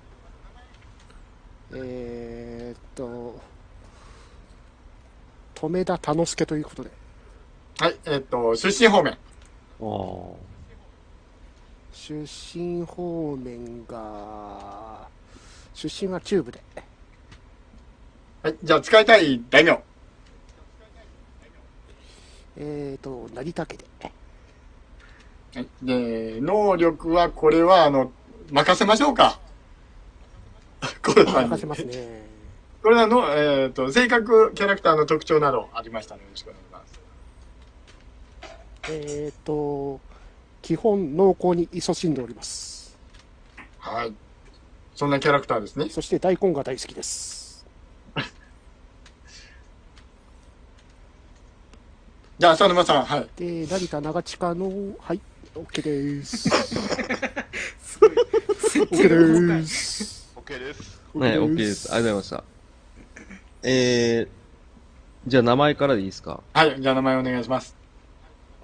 S4: えーっと、留田田之助ということで、
S1: はい、えっ、と、出身方面。
S3: あー
S4: 出身方面が、出身は中部で、
S1: はい、じゃあ、使いたい大名。
S4: えーっと、成田家で、
S1: はい、で、能力は、これは、あの、任せましょうか。 これは
S4: 任せますね。
S1: これはの、えっ、と、性格、キャラクターの特徴などありましたので、よろしくお願いします。
S4: えーっと、基本、濃厚に勤しんでおります。
S1: はい。そんなキャラクターですね。
S4: そして大根が大好きです。
S1: じゃあ、浅沼さん、はい。
S4: で、成田長近の、はい、OK です。
S2: 設
S4: OK
S2: 定が細か
S4: で
S2: い
S4: す。
S5: OK です。
S3: ね、OK です。ありがとうございました。えー、じゃあ名前からでいいですか
S1: はい、じゃあ、名前お願いします。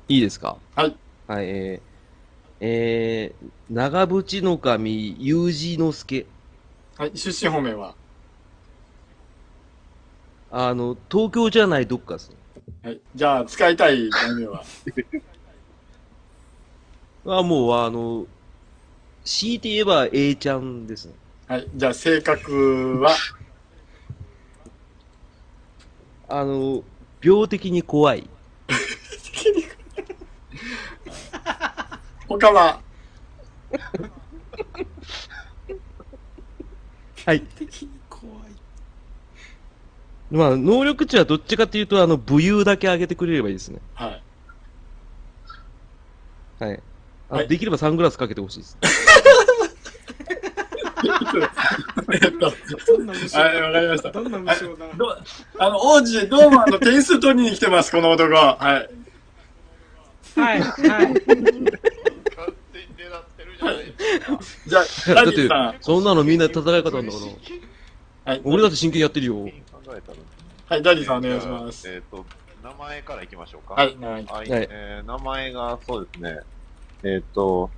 S3: いいですか
S1: はい。
S3: はい、えー、えー、長渕の神、雄二之助。
S1: はい、出身方面は。
S3: あの、東京じゃないどっかですね。
S1: はい。じゃあ、使いたい大名は。
S3: あ、もう、あの、強いて言えば A ちゃんですね。
S1: はい。じゃあ、性格は、
S3: あの、病的に怖い。
S1: 他は、
S3: はい。
S2: 的に怖い
S3: まあ、能力値はどっちかっていうと、あの、武勇だけ上げてくれればいいですね。
S1: はい。
S3: はい。あ
S1: はい
S3: できればサングラスかけてほしいです。
S1: えっと、
S2: どんな武将
S1: はい、わかりました。
S2: どんな武将だ
S1: どあの、王子、どうもあ の、点数取りに来てます、この男。はい。
S2: はいはい
S5: 完全に狙ってるじゃないです
S1: じゃあ、ダ
S3: だっ
S1: ディ
S3: て
S1: さん。、
S3: そんなのみんな戦い方なんだから。
S1: はい。
S3: 俺だって真剣にやってるよ。
S5: か。考えたの
S1: はい、ダディさんお願いします。
S5: えっと、名前からいきましょうか。
S1: はい、はい。
S5: はい。
S3: はい
S5: えー名前が、そうですね。えっ、と、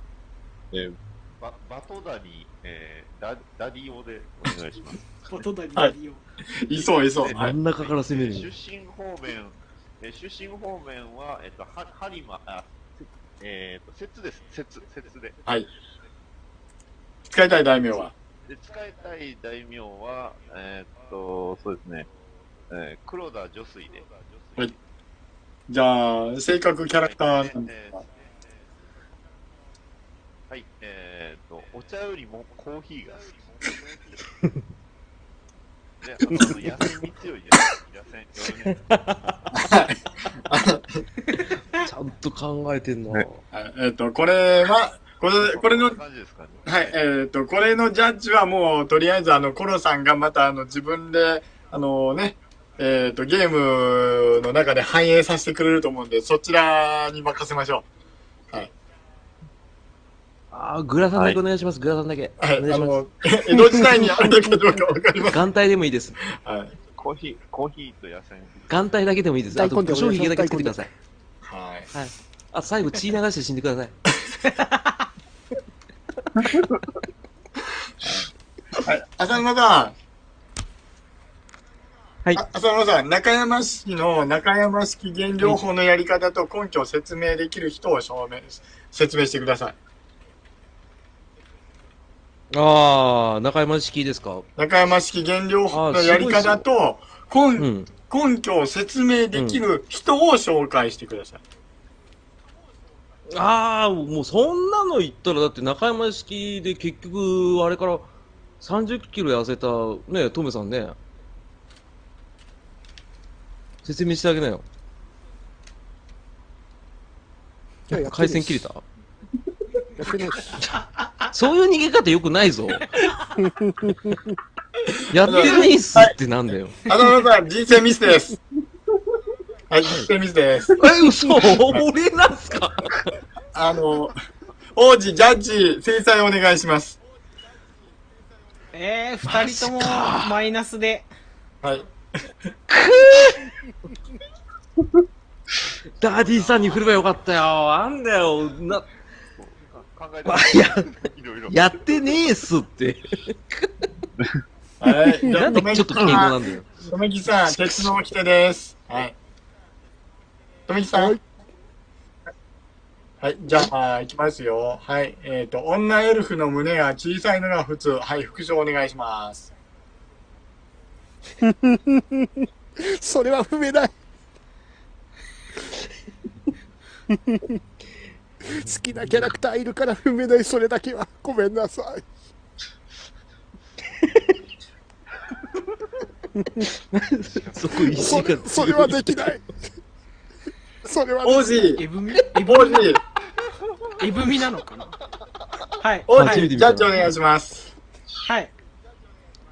S5: えーババトダニ、えーダダディオでお願いします。
S2: 音だになりよ
S1: いそう、いそう。は
S3: 真
S1: い。
S3: ん中から攻め
S5: えー
S3: る。
S5: 出身方面、えー出身方面は、えっ、と、は、ハリマ、あ、えっ、と、節です。節、節で。
S1: はい使いたい大名は。
S5: で、使いたい大名は、えっ、と、そうですね。えー黒田女水で。
S1: はいじゃあ、性格、キャラクターなんで
S5: えーはい、えー、と、お茶よりもコーヒーが好き。で、あと、野戦に強いです。野戦、
S3: ちゃんと考えてんな。
S5: はい
S1: はいえっと、これは、これ、これの
S5: こんな感じですかね。
S1: はい、えっ、と、これのジャッジはもう、とりあえず、あの、コロさんがまた、あの、自分で、あのね、えっ、と、ゲームの中で反映させてくれると思うんで、そちらに任せましょう。
S3: あーグラさんだけお願いします、グラさんだけ。
S1: はい、
S3: お願い
S1: あ
S3: します。
S1: の、江戸時代にあったかどうかわかりません。
S3: 眼帯でもいいです。
S1: はい。
S5: コーヒー、コーヒーと野菜。
S3: 眼帯だけでもいいです。あ
S4: 大根
S3: と、
S4: で
S3: 化
S4: お願
S3: 粧
S4: いします
S3: 品だけ作ってください。
S1: はい。
S3: あ、最後血流して死んでください。
S1: はい、浅沼さん。
S3: はい
S1: あ浅沼さん、中山式の中山式原料法のやり方と根拠を説明できる人を証明し、説明してください。
S3: ああ、中山式ですか。
S1: 中山式原料法のやり方と根、
S3: うん。
S1: 根拠を説明できる人を紹介してください。
S3: ああ、もうそんなの言ったら、だって中山式で結局、あれから30キロ痩せた、ね、トメさんね。説明してあげなよ。
S4: いややってな
S3: 回
S4: いです
S3: 線切れた
S4: やってないです
S3: そういう逃げ方よくない ぞ。やってないっすってなんだよ。
S1: 浅沼さん、人生ミス です。はい、人生ミスです。
S3: え、 嘘俺なんすか
S1: あの、王子、ジャッジ、制裁お願いします。
S2: えー、二人ともマイナスで。
S1: はい。
S3: ダディさんに振ればよかったよ。なんだよ。な、
S5: 考えて
S3: まあ、や、
S5: いろいろ。
S3: やってねえっすって。
S1: はい。じゃ
S3: な
S1: あ、
S3: んでちょっと敬語なんだよ。
S1: とめきさん、鉄の掟です。はい。とめきさん。
S4: は
S1: はい
S4: い。
S1: じゃあ、いきますよ。はい。えっ、と、女エルフの胸が小さいのが普通。はい、副賞お願いします。
S4: それは踏めない 好きなキャラクターいるから踏めないそれだけはごめんなさい
S3: そこ意地
S4: それ
S3: が
S4: それはできないそれはでき
S1: 王子、
S2: えぶみ
S1: 王子、
S2: えぶみなのかなはい。
S1: 王
S3: 初
S1: 子、
S3: め
S1: ジ
S3: て
S1: ャ
S3: 見た
S1: ッジお願いします。
S2: はい。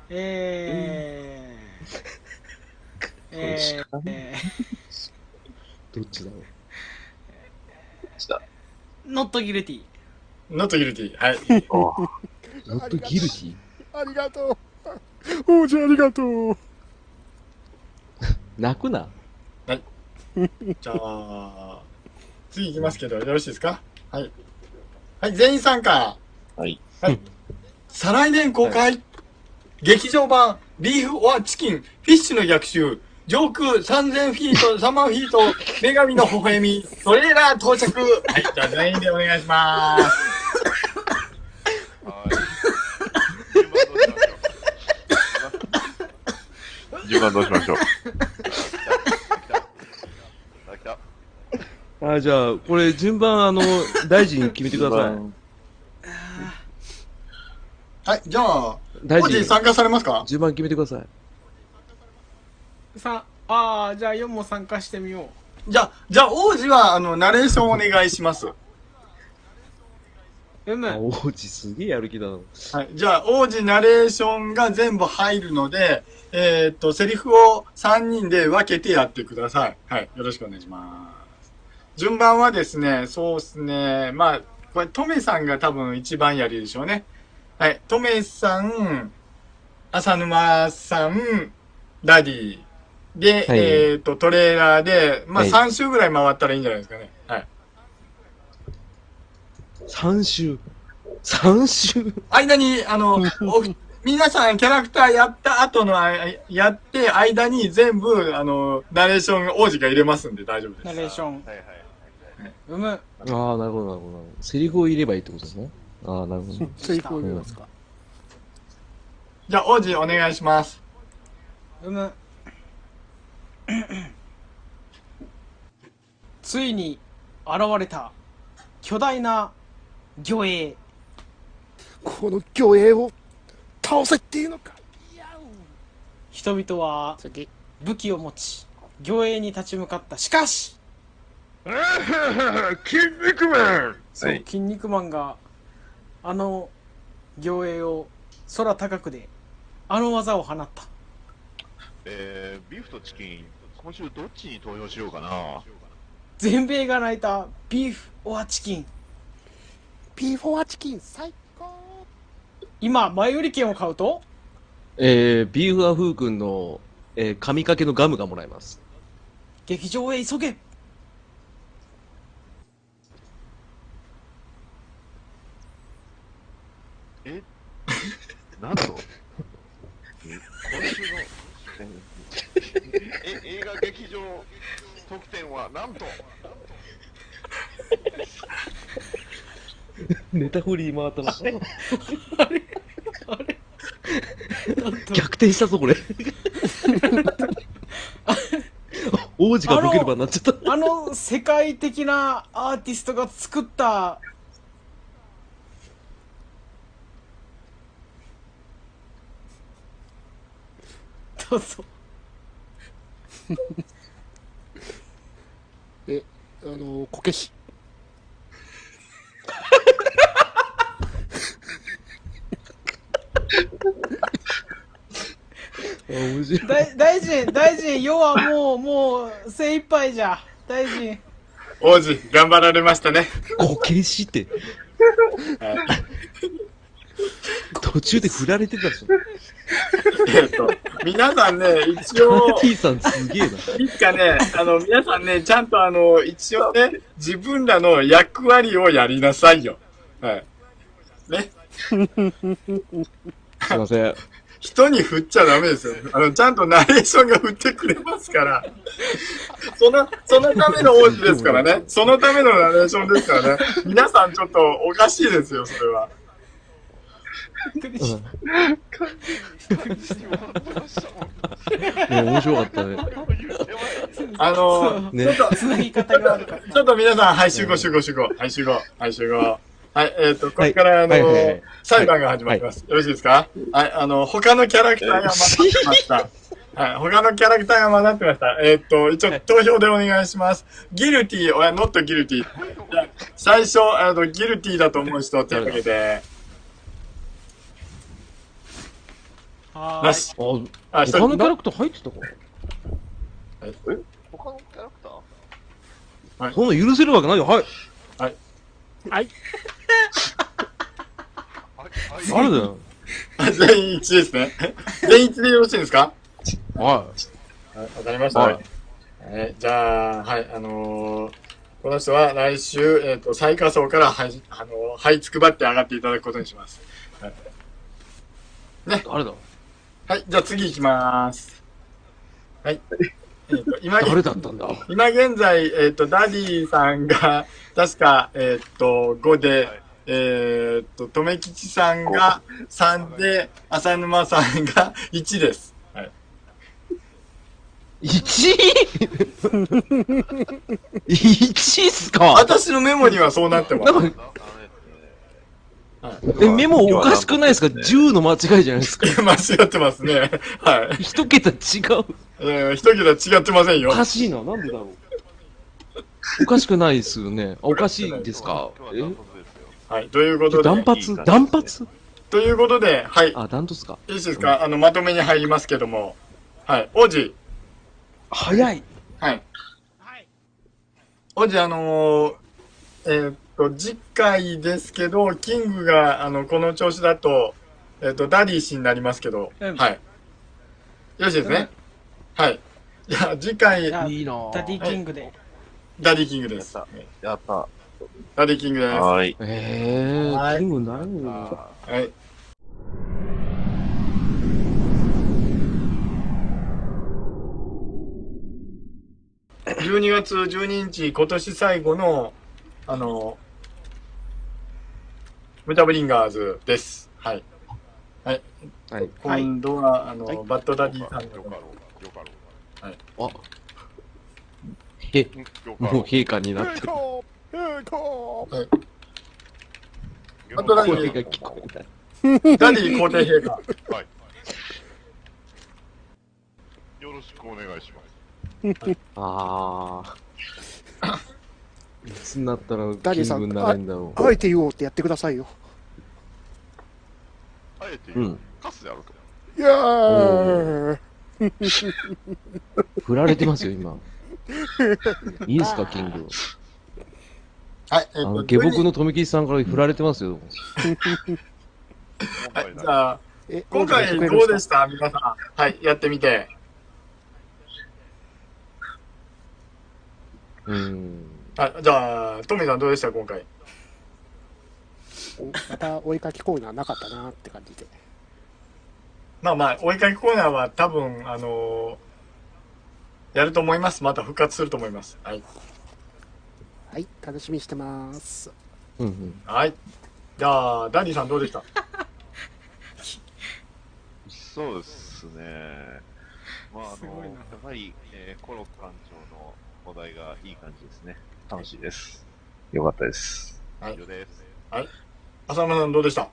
S2: えー。えーえ
S3: どっちだろう。
S2: ー、ノットギルティ。
S1: ノットギルティ。はい。
S3: ノットギルティ
S4: ありがとう王子ありがとう
S3: 泣くな。
S1: じゃあ、次いきますけど、よろしいですかはい。はい、全員参加。
S5: はい。
S1: はい。再来年公開、劇場版、ビーフ・オア・チキン、フィッシュの逆襲、上空3000フィート、3万フィート、女神の微笑み、トレーラー到着。はい、じゃあ全員でお願いします。
S5: 順番どうしましょう。
S3: あ、じゃあ、これ順番、 あの、大臣決めてください。
S1: はい、じゃあ、
S3: 大
S1: 王子
S3: 臣、
S1: 参加されますか
S3: 順番決めてください。
S2: さああー、じゃあ4も参加してみよ
S1: じゃあ、じゃあ王子は、あの、ナレーションお願いします。
S2: う。うむ。
S3: あ、王子すげえやる気だな。
S1: はい、じゃあ、王子ナレーションが全部入るので、えーっと、セリフを3人で分けてやってください。はい、よろしくお願いします。順番はですね、そうですね、まあ、これ、トメさんが多分一番やりでしょうね。はい、トメさん、浅沼さん、ダディ。で、
S3: はい
S1: えーっと、トレーラーで、まあ、
S3: はい
S1: 3周ぐらい回ったらいいんじゃないですかね。はい。
S3: 3週。3週
S1: 間に、あの、お皆さんキャラクターやった後のあ、やって、間に全部、あの、ナレーション王子が入れますんで大丈夫です。
S2: ナレーション。
S5: はいはい。
S2: うむ。
S3: ああ、なるほど、なるほど。セリフを入ればいいってことですね。ああ、なるほ ど。
S4: セリフを言いますか
S1: じゃあ、王子お願いします。
S2: うむ。ついに現れた巨大な魚影。
S4: この魚影を倒せっていうのか
S2: 人々は
S4: 次
S2: 武器を持ち、魚影に立ち向かった。しかし、
S5: 筋肉マン
S2: そう、筋肉マンがあの行影を空高くであの技を放った
S5: えー、ビーフとチキン、今週どっちに投票しようかな。
S2: 全米が泣いたビーフ・オア・チキン
S4: P4 はチキン最高
S2: 今、前売り券を買うと
S3: えー、ビーフアフー君の、えー、神掛けのガムがもらえます。
S2: 劇場へ急げ
S5: なんと、今週の、え映画劇場特典は、なんと、
S3: ネタ振り回ったな。
S2: なんと
S3: 逆転した ぞ、これ。王子がボケる場になっちゃった。
S2: あの世界的なアーティストが作ったどうぞ
S4: えあのこけし
S3: 面白い。
S2: 大大臣大臣世はもうもう精一杯じゃ大臣
S1: 王子、頑張られましたね。
S3: こけしって。途中で振られてたでしょ。
S1: えっと、皆さんね、一応、
S3: T さんすげえな。
S1: いつかね、あの、皆さんね、ちゃんとあの、一応ね、自分らの役割をやりなさいよ。はい。ね。
S3: すいません。
S1: 人に振っちゃダメですよ。あの、ちゃんとナレーションが振ってくれますから。その、そのための王子ですからね。そのためのナレーションですからね。皆さんちょっとおかしいですよ、それは。
S3: うんね、面白かったね。
S1: あの、
S3: ね
S1: ちょっと、
S2: つなぎ方が悪かっ
S1: ちょっと皆さん、はい、集合、集合、集合、はい、集合、はい、集合。はい、えっ、と、これから、あの、
S3: はいはいはい
S1: 裁判が始まります、よろしいですかはい、あの、他のキャラクターが混ざってま した。はい、他のキャラクターが混ざってました。えっ、と、一応、投票でお願いします。ギルティー、おや、ノットギルティー。じゃあ最初、あの、ギルティーだと思う人手を挙げて。
S2: たは
S1: な
S2: ー
S1: し。
S3: あ、他
S1: あ、一人、
S3: のキャラクター入ってたか
S5: 他のキャラクター
S3: そんな許せるわけないよ。はい。
S5: あ
S3: 誰だよ。
S1: 全員一致ですね。全員一致でよろしいですか
S3: は
S1: はい、わかりました。
S5: はい
S1: えーじゃあ、はい、あのーこの人は来週、えっ、と、最下層から、はい、あのー、はいつくばって上がっていただくことにします。
S3: い。誰だ
S1: はい、じゃあ次行きます。はい。えーと今
S3: 誰だったんだ
S1: 今現在、えっ、と、ダディさんが、確か、えっ、と、5で、えっ、と、とめきちさんが3で、浅沼さんが1です。はい。
S3: 1位 !1 位っすか
S1: 私のメモにはそうなってます。
S3: なんか、え、メモおかしくないですか ?10 の間違いじゃないですか。
S1: 間違ってますね。はい。
S3: 一桁違う。
S1: えー、一桁違ってませんよ
S3: お。かしいな。なんでだろう。おかしくないですよね。あおかしいですかえ
S1: はい。ということ
S3: 断
S1: で、
S3: 髪断髪
S1: ということで、はい。
S3: あ、断トツか。
S1: いいですかあの、まとめに入りますけども。はい。王子。
S3: 早い。
S1: はい。
S2: い
S1: 王子、あのーえーっと、次回ですけど、キングが、あの、この調子だと、えーっと、ダディ氏になりますけど、
S2: うん
S1: はい。よろしいですね。はい。じゃあ、次回、
S2: あ
S3: いいなぁ
S2: ダディキングで
S1: ダディキングです。
S5: ややった。
S1: ダディキングです。は
S5: はい。
S3: え
S1: は
S3: ー、
S1: い
S3: キングなるの
S1: い。12月12日、今年最後の、あの、ムタブリンガーズです。はい。
S3: はい。
S2: はい
S1: 今度は、あの、バッドダディさん
S5: よ
S1: と
S5: か
S1: か
S5: ろう。よかろ
S3: あ。へ、
S5: う。よか
S3: もう
S5: ろ
S3: 陛下になってる。
S4: こうこ
S5: う。
S1: あとなんか
S3: 声が聞こえない。
S1: ダディ皇帝陛下。
S5: よろしくお願いします。
S3: あー。いつになったら
S4: ダディ
S3: キ
S4: さ
S3: ン
S4: ん
S3: グになれんだろ
S4: あえて言おうってやってくださいよ
S5: あえて
S3: う。う
S5: 言う、
S3: ん。
S5: カスであると。
S4: いやー
S3: 振られてますよ、今。いいですか、キング。
S1: はい、え
S3: あ
S1: っと、
S3: の下僕の富吉さんから振られてますよ。
S1: はい、じゃあ、
S4: え
S1: 今回どうでした皆さん。はい、やってみて。
S3: うん。
S1: あじゃあ、トミーさんどうでした今回。
S4: また追いかけ行為はなかったなって感じで。
S1: まあまあ、追いかけコーナーは多分、あのーやると思います。また復活すると思います。はい。
S4: はい、楽しみにしてます。
S3: うんうん。
S1: はい。じゃあ、ダニーさんどう でした
S5: そうですね。まあ、あ
S2: す
S5: の、
S2: ごい
S5: や
S2: な
S5: っぱり、えーコロ館長のお題がいい感じですね。楽しいです。よかったです。
S1: はい
S5: 以上です。
S1: 浅間さんどうでした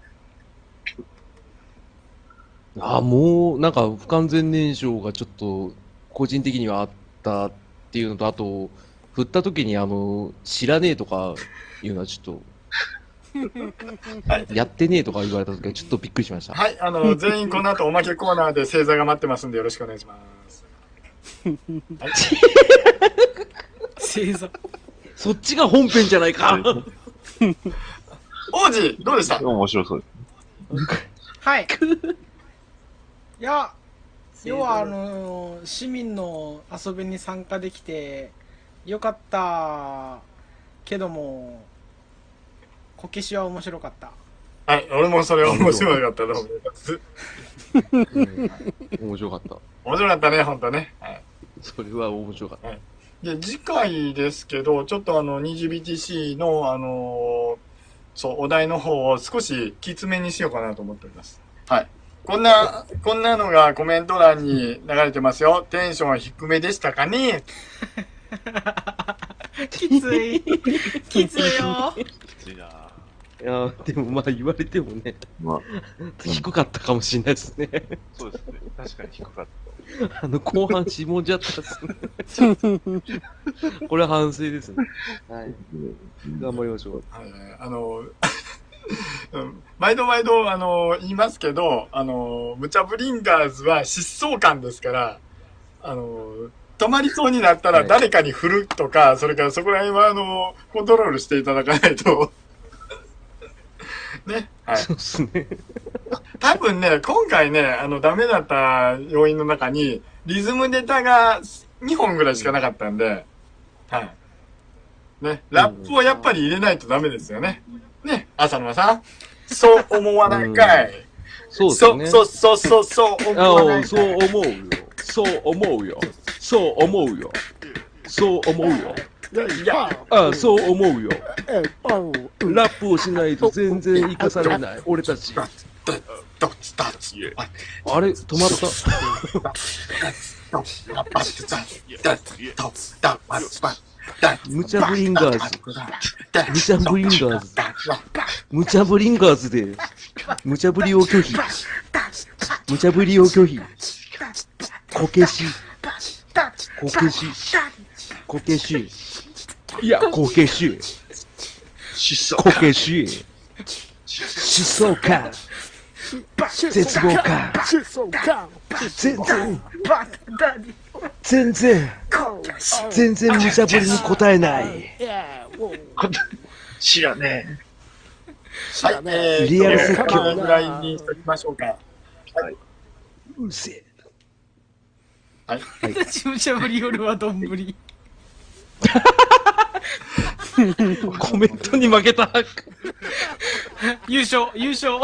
S3: あ、もう、なんか不完全燃焼がちょっと、個人的にはあったっていうのと、あと、振った時に、あの、知らねえとかいうのはちょっと、やってねえとか言われた時はちょっとびっくりしました。
S1: はい、あ の、全員この後おまけコーナーで星座が待ってますんでよろしくお願いします。
S2: 星座
S3: そっちが本編じゃないか
S1: 王子、どうでした
S5: 面白そうで
S2: はい。い や、要はあのー市民の遊びに参加できてよかったけども、こけしは面白かった。
S1: はい、俺もそれ面白かったと思います。
S3: うん面白かった。
S1: 面白かったね、ほんとね。はい。
S3: それは面白かった。
S1: で、次回ですけど、ちょっとあの、20BTC の、あのーそう、お題の方を少しきつめにしようかなと思っております。はい。こんな、こんなのがコメント欄に流れてますよ。テンション低めでしたかね
S2: きつ い。きついよ。
S5: す。きついなぁ
S3: いやーでもまあ言われてもね、
S5: まあ、
S3: 低かったかもしれないですね。
S5: そうですね。確かに低かっ
S3: あの、後半下じゃったっ すね。これは反省ですね。はい。頑張りましょう。
S1: はいはいあの、うん毎度毎度、あの、言いますけど、あの、ムチャブリンガーズは疾走感ですから、あの、止まりそうになったら
S3: はい
S1: 誰かに振るとか、それからそこら辺は、あの、コントロールしていただかないと。 ね。はい。
S3: そうっすね。
S1: 多分ね、今回ね、あの、ダメだった要因の中に、リズムネタが2本ぐらいしかなかったんで、はい。ね、ラップをやっぱり入れないとダメですよね。ね、浅沼さん。そう思わないかい。
S3: そうです
S1: そう
S3: ね。
S1: そうそうそうそう思わな
S3: あ
S1: い
S3: あ、
S1: か
S3: そ
S1: い。
S3: う思うよ。そう思うよ。そう思うよ。そう思うよ。
S1: いや、
S3: ああ、そう思うよ。
S4: え、あの、うん
S3: ラップをしないと全然生かされない。俺たち。
S1: どっちだっち。あ
S3: あれ、止まった。
S1: どっちだっちだっちだっちだっちだっ
S3: ムチャブリンガーズ。ムチャブリンガーズ。ムチャブリンガーズで、ムチャブリを拒否。ムチャブリを拒否。こけし。こけし。こけし。いや、こけし。
S5: た。
S3: こけし。疾走感。絶望感。
S4: シソガン
S3: 全然。全然。全然無茶ぶりに答えない。
S5: 知らね
S1: はい、えー、
S3: リアル説
S1: 今
S3: 教
S1: 日はこれぐらいにしときましょうか。
S3: うるせえ。
S2: 私むちゃぶり夜はどんぶり。
S3: コメントに負けた。
S2: 優勝、優勝。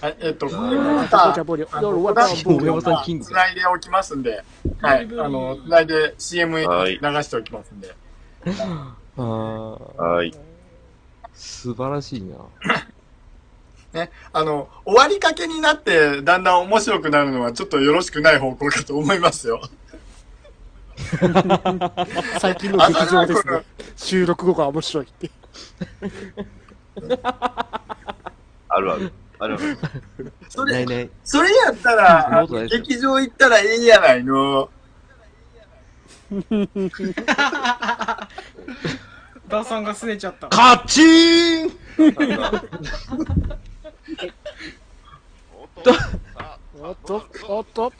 S1: はい、えっと、これ
S4: ごちゃぼり、夜はダンボー
S3: 森山さんキング
S1: つないでおきますんで、はい、あの、つないで CM 流しておきますんで、
S3: あ
S5: え。はい。
S3: あ、素晴らしいな。
S1: ね、あの、終わりかけになって、だんだん面白くなるのは、ちょっとよろしくない方向かと思いますよ。
S4: 最近の劇場ですね。収録後が面白いって。
S5: ある ある。あるある。
S1: そ
S3: な
S1: れ
S3: い、ない。
S1: それやったら、あ
S3: そんなことない
S1: の
S3: ですよ
S1: 劇場行ったらええやないの。
S2: ダーさんが拗ねちゃった。
S3: カチーン
S4: おっと、おっと、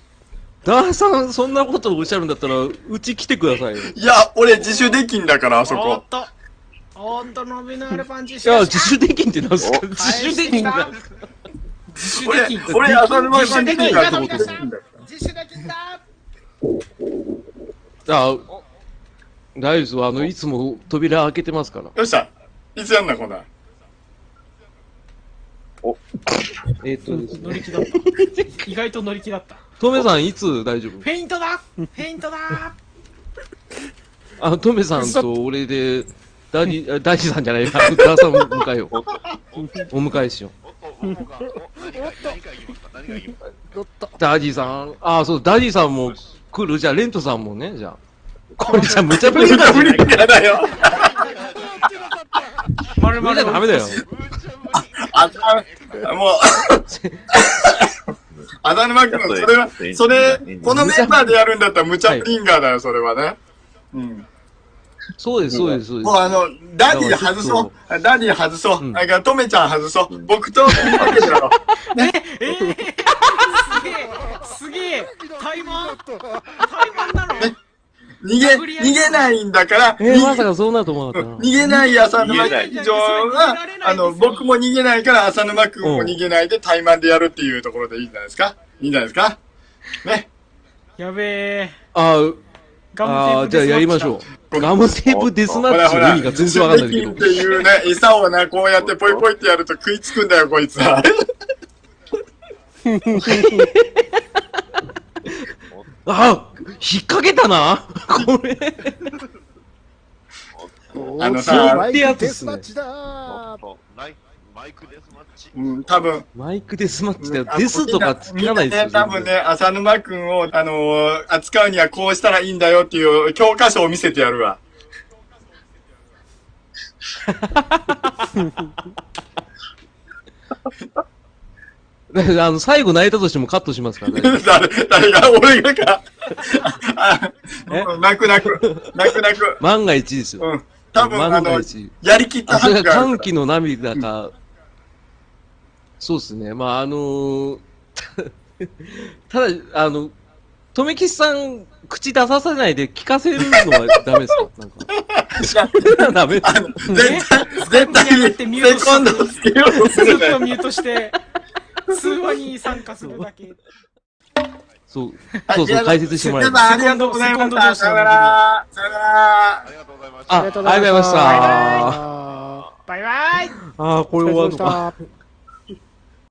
S3: ダーさん、そんなことをおっしゃるんだったら、うち来てくださいよ。
S1: いや、俺自主できんだから、あそ
S2: おー
S1: こ
S2: っ。と、おっと、伸びのあるパンチし
S3: いや、
S2: かし
S3: 自主できんってなんですか
S5: お
S3: 自
S2: 返
S3: 主
S2: し
S3: で
S2: て
S3: き
S2: き
S3: ん
S2: た
S3: が。
S2: 自主
S1: 俺
S2: できん、だ。
S1: 俺、当たり前パンチ
S2: 自主で
S1: キン
S2: きんだ
S1: だと思ってる。
S2: 自主できんだ。
S3: あ、大丈夫ですよ。あの、いつも扉開けてますから。
S1: どうしたいつやんな、こんなん。
S3: えっとです
S2: 乗
S3: ね。
S2: り気だった。意外と乗り気だった。
S3: トメさん、いつ大丈夫
S2: フェイントだフェイントだ
S3: あの、トメさんと俺で、ダニ、あダニさんじゃないか。ダーさんを迎えよう。お迎えしよう。ダディさん、あ、そう、ダディさんも来るじゃあ、レントさんもね、じゃあ。これじゃあ、むちゃぶりだ。
S1: 無理だだよ。
S2: まる
S3: 無理じゃダメだよ。
S1: あた、 もう、あだぬまくん、それは、それ、このメンバーでやるんだったら、無茶プリンガーだよ、それはね。うん。
S3: そうです、そうです、そうで
S1: もうあの、ダディ外
S3: だ
S1: そ
S3: か
S1: う。ダディ外そうう。
S3: ん
S1: だから、トメちゃん外そう。僕と、みんなでやろう。
S2: すげえ怠慢怠慢なの
S1: 逃 げ、逃げないんだから、
S3: す。えー、まさ
S1: 逃
S3: かそうなると思わ
S1: げ
S3: なかっ
S1: 逃げない浅沼劇場は
S2: 逃げない、
S1: あの、僕も逃げないから浅沼くんも
S3: うん
S1: 逃げないで怠慢でやるっていうところでいいんじゃないですかいいんじゃないですかね。
S2: やべえ
S3: たな。あー
S2: ガ
S3: あー、
S2: ム
S3: じ
S2: テ
S3: ゃ
S2: ープデ
S3: あ
S2: スマッチ
S3: やりましょう。ガムテープデスマ
S1: ほ
S3: ッ
S1: ら
S3: チ
S1: ほ
S3: の意
S1: ら、
S3: 味が全然わかんないんだけ
S1: ズ
S3: ど
S1: ッ。キーっていうね、餌をな、こうやってポイポイってやると食いつくんだよ、こいつは。
S3: あー、引っ掛けたな。これ。
S1: あのさ
S4: おーマイ
S3: って
S4: ク
S3: やつっ
S4: デ
S3: す
S4: ス
S3: ね
S4: マッチだ
S5: マイクデスマッチ。
S1: うん、多分。
S3: マイクデスマッチだよ
S1: あ。の
S3: デスとかつかないです
S1: み
S3: よ。
S1: んなね、多分ね、浅沼くんを、あのー扱うにはこうしたらいいんだよっていう教科書を見せてやるわ。
S3: 全然。あの、最後泣いたとしてもカットしますからね。
S1: 誰、誰が、俺がか。あ
S3: え
S1: あ泣く泣く、泣く泣く。
S3: 万が一ですよ。
S1: うん。多分、あ
S3: 万が
S1: の、
S3: 一。
S1: やりきった
S3: あ、そ
S1: 感
S3: れ
S1: が
S3: が
S1: ある
S3: 歓
S1: か。
S3: 喜の涙か、そうですね。まあ、あのー ただ、あの、とめきしさん、口出させないで聞かせるのはダメですかなんか。 ダメですから
S1: 絶対、絶
S2: スカイプに上がって
S1: 対
S2: ミ
S1: に、
S2: ュー
S1: セ
S2: トし
S1: コンドをつけようとす
S2: ず
S1: る
S2: っ
S1: ね
S2: と。ミュートして通話に参加するだけ
S3: そう。
S1: はい
S3: そうそう、解説してもらい
S1: 皆
S3: ます。
S1: さんありがとうございました。さよなら。さよなら
S5: あ。りがとうございました
S3: あ、ありがとうございました。
S4: あ
S2: バイバイ
S3: あー、こ
S4: り
S3: れ
S4: が
S3: 終
S4: と
S3: わる
S4: うご
S3: の
S4: ざ
S3: か
S4: い。ました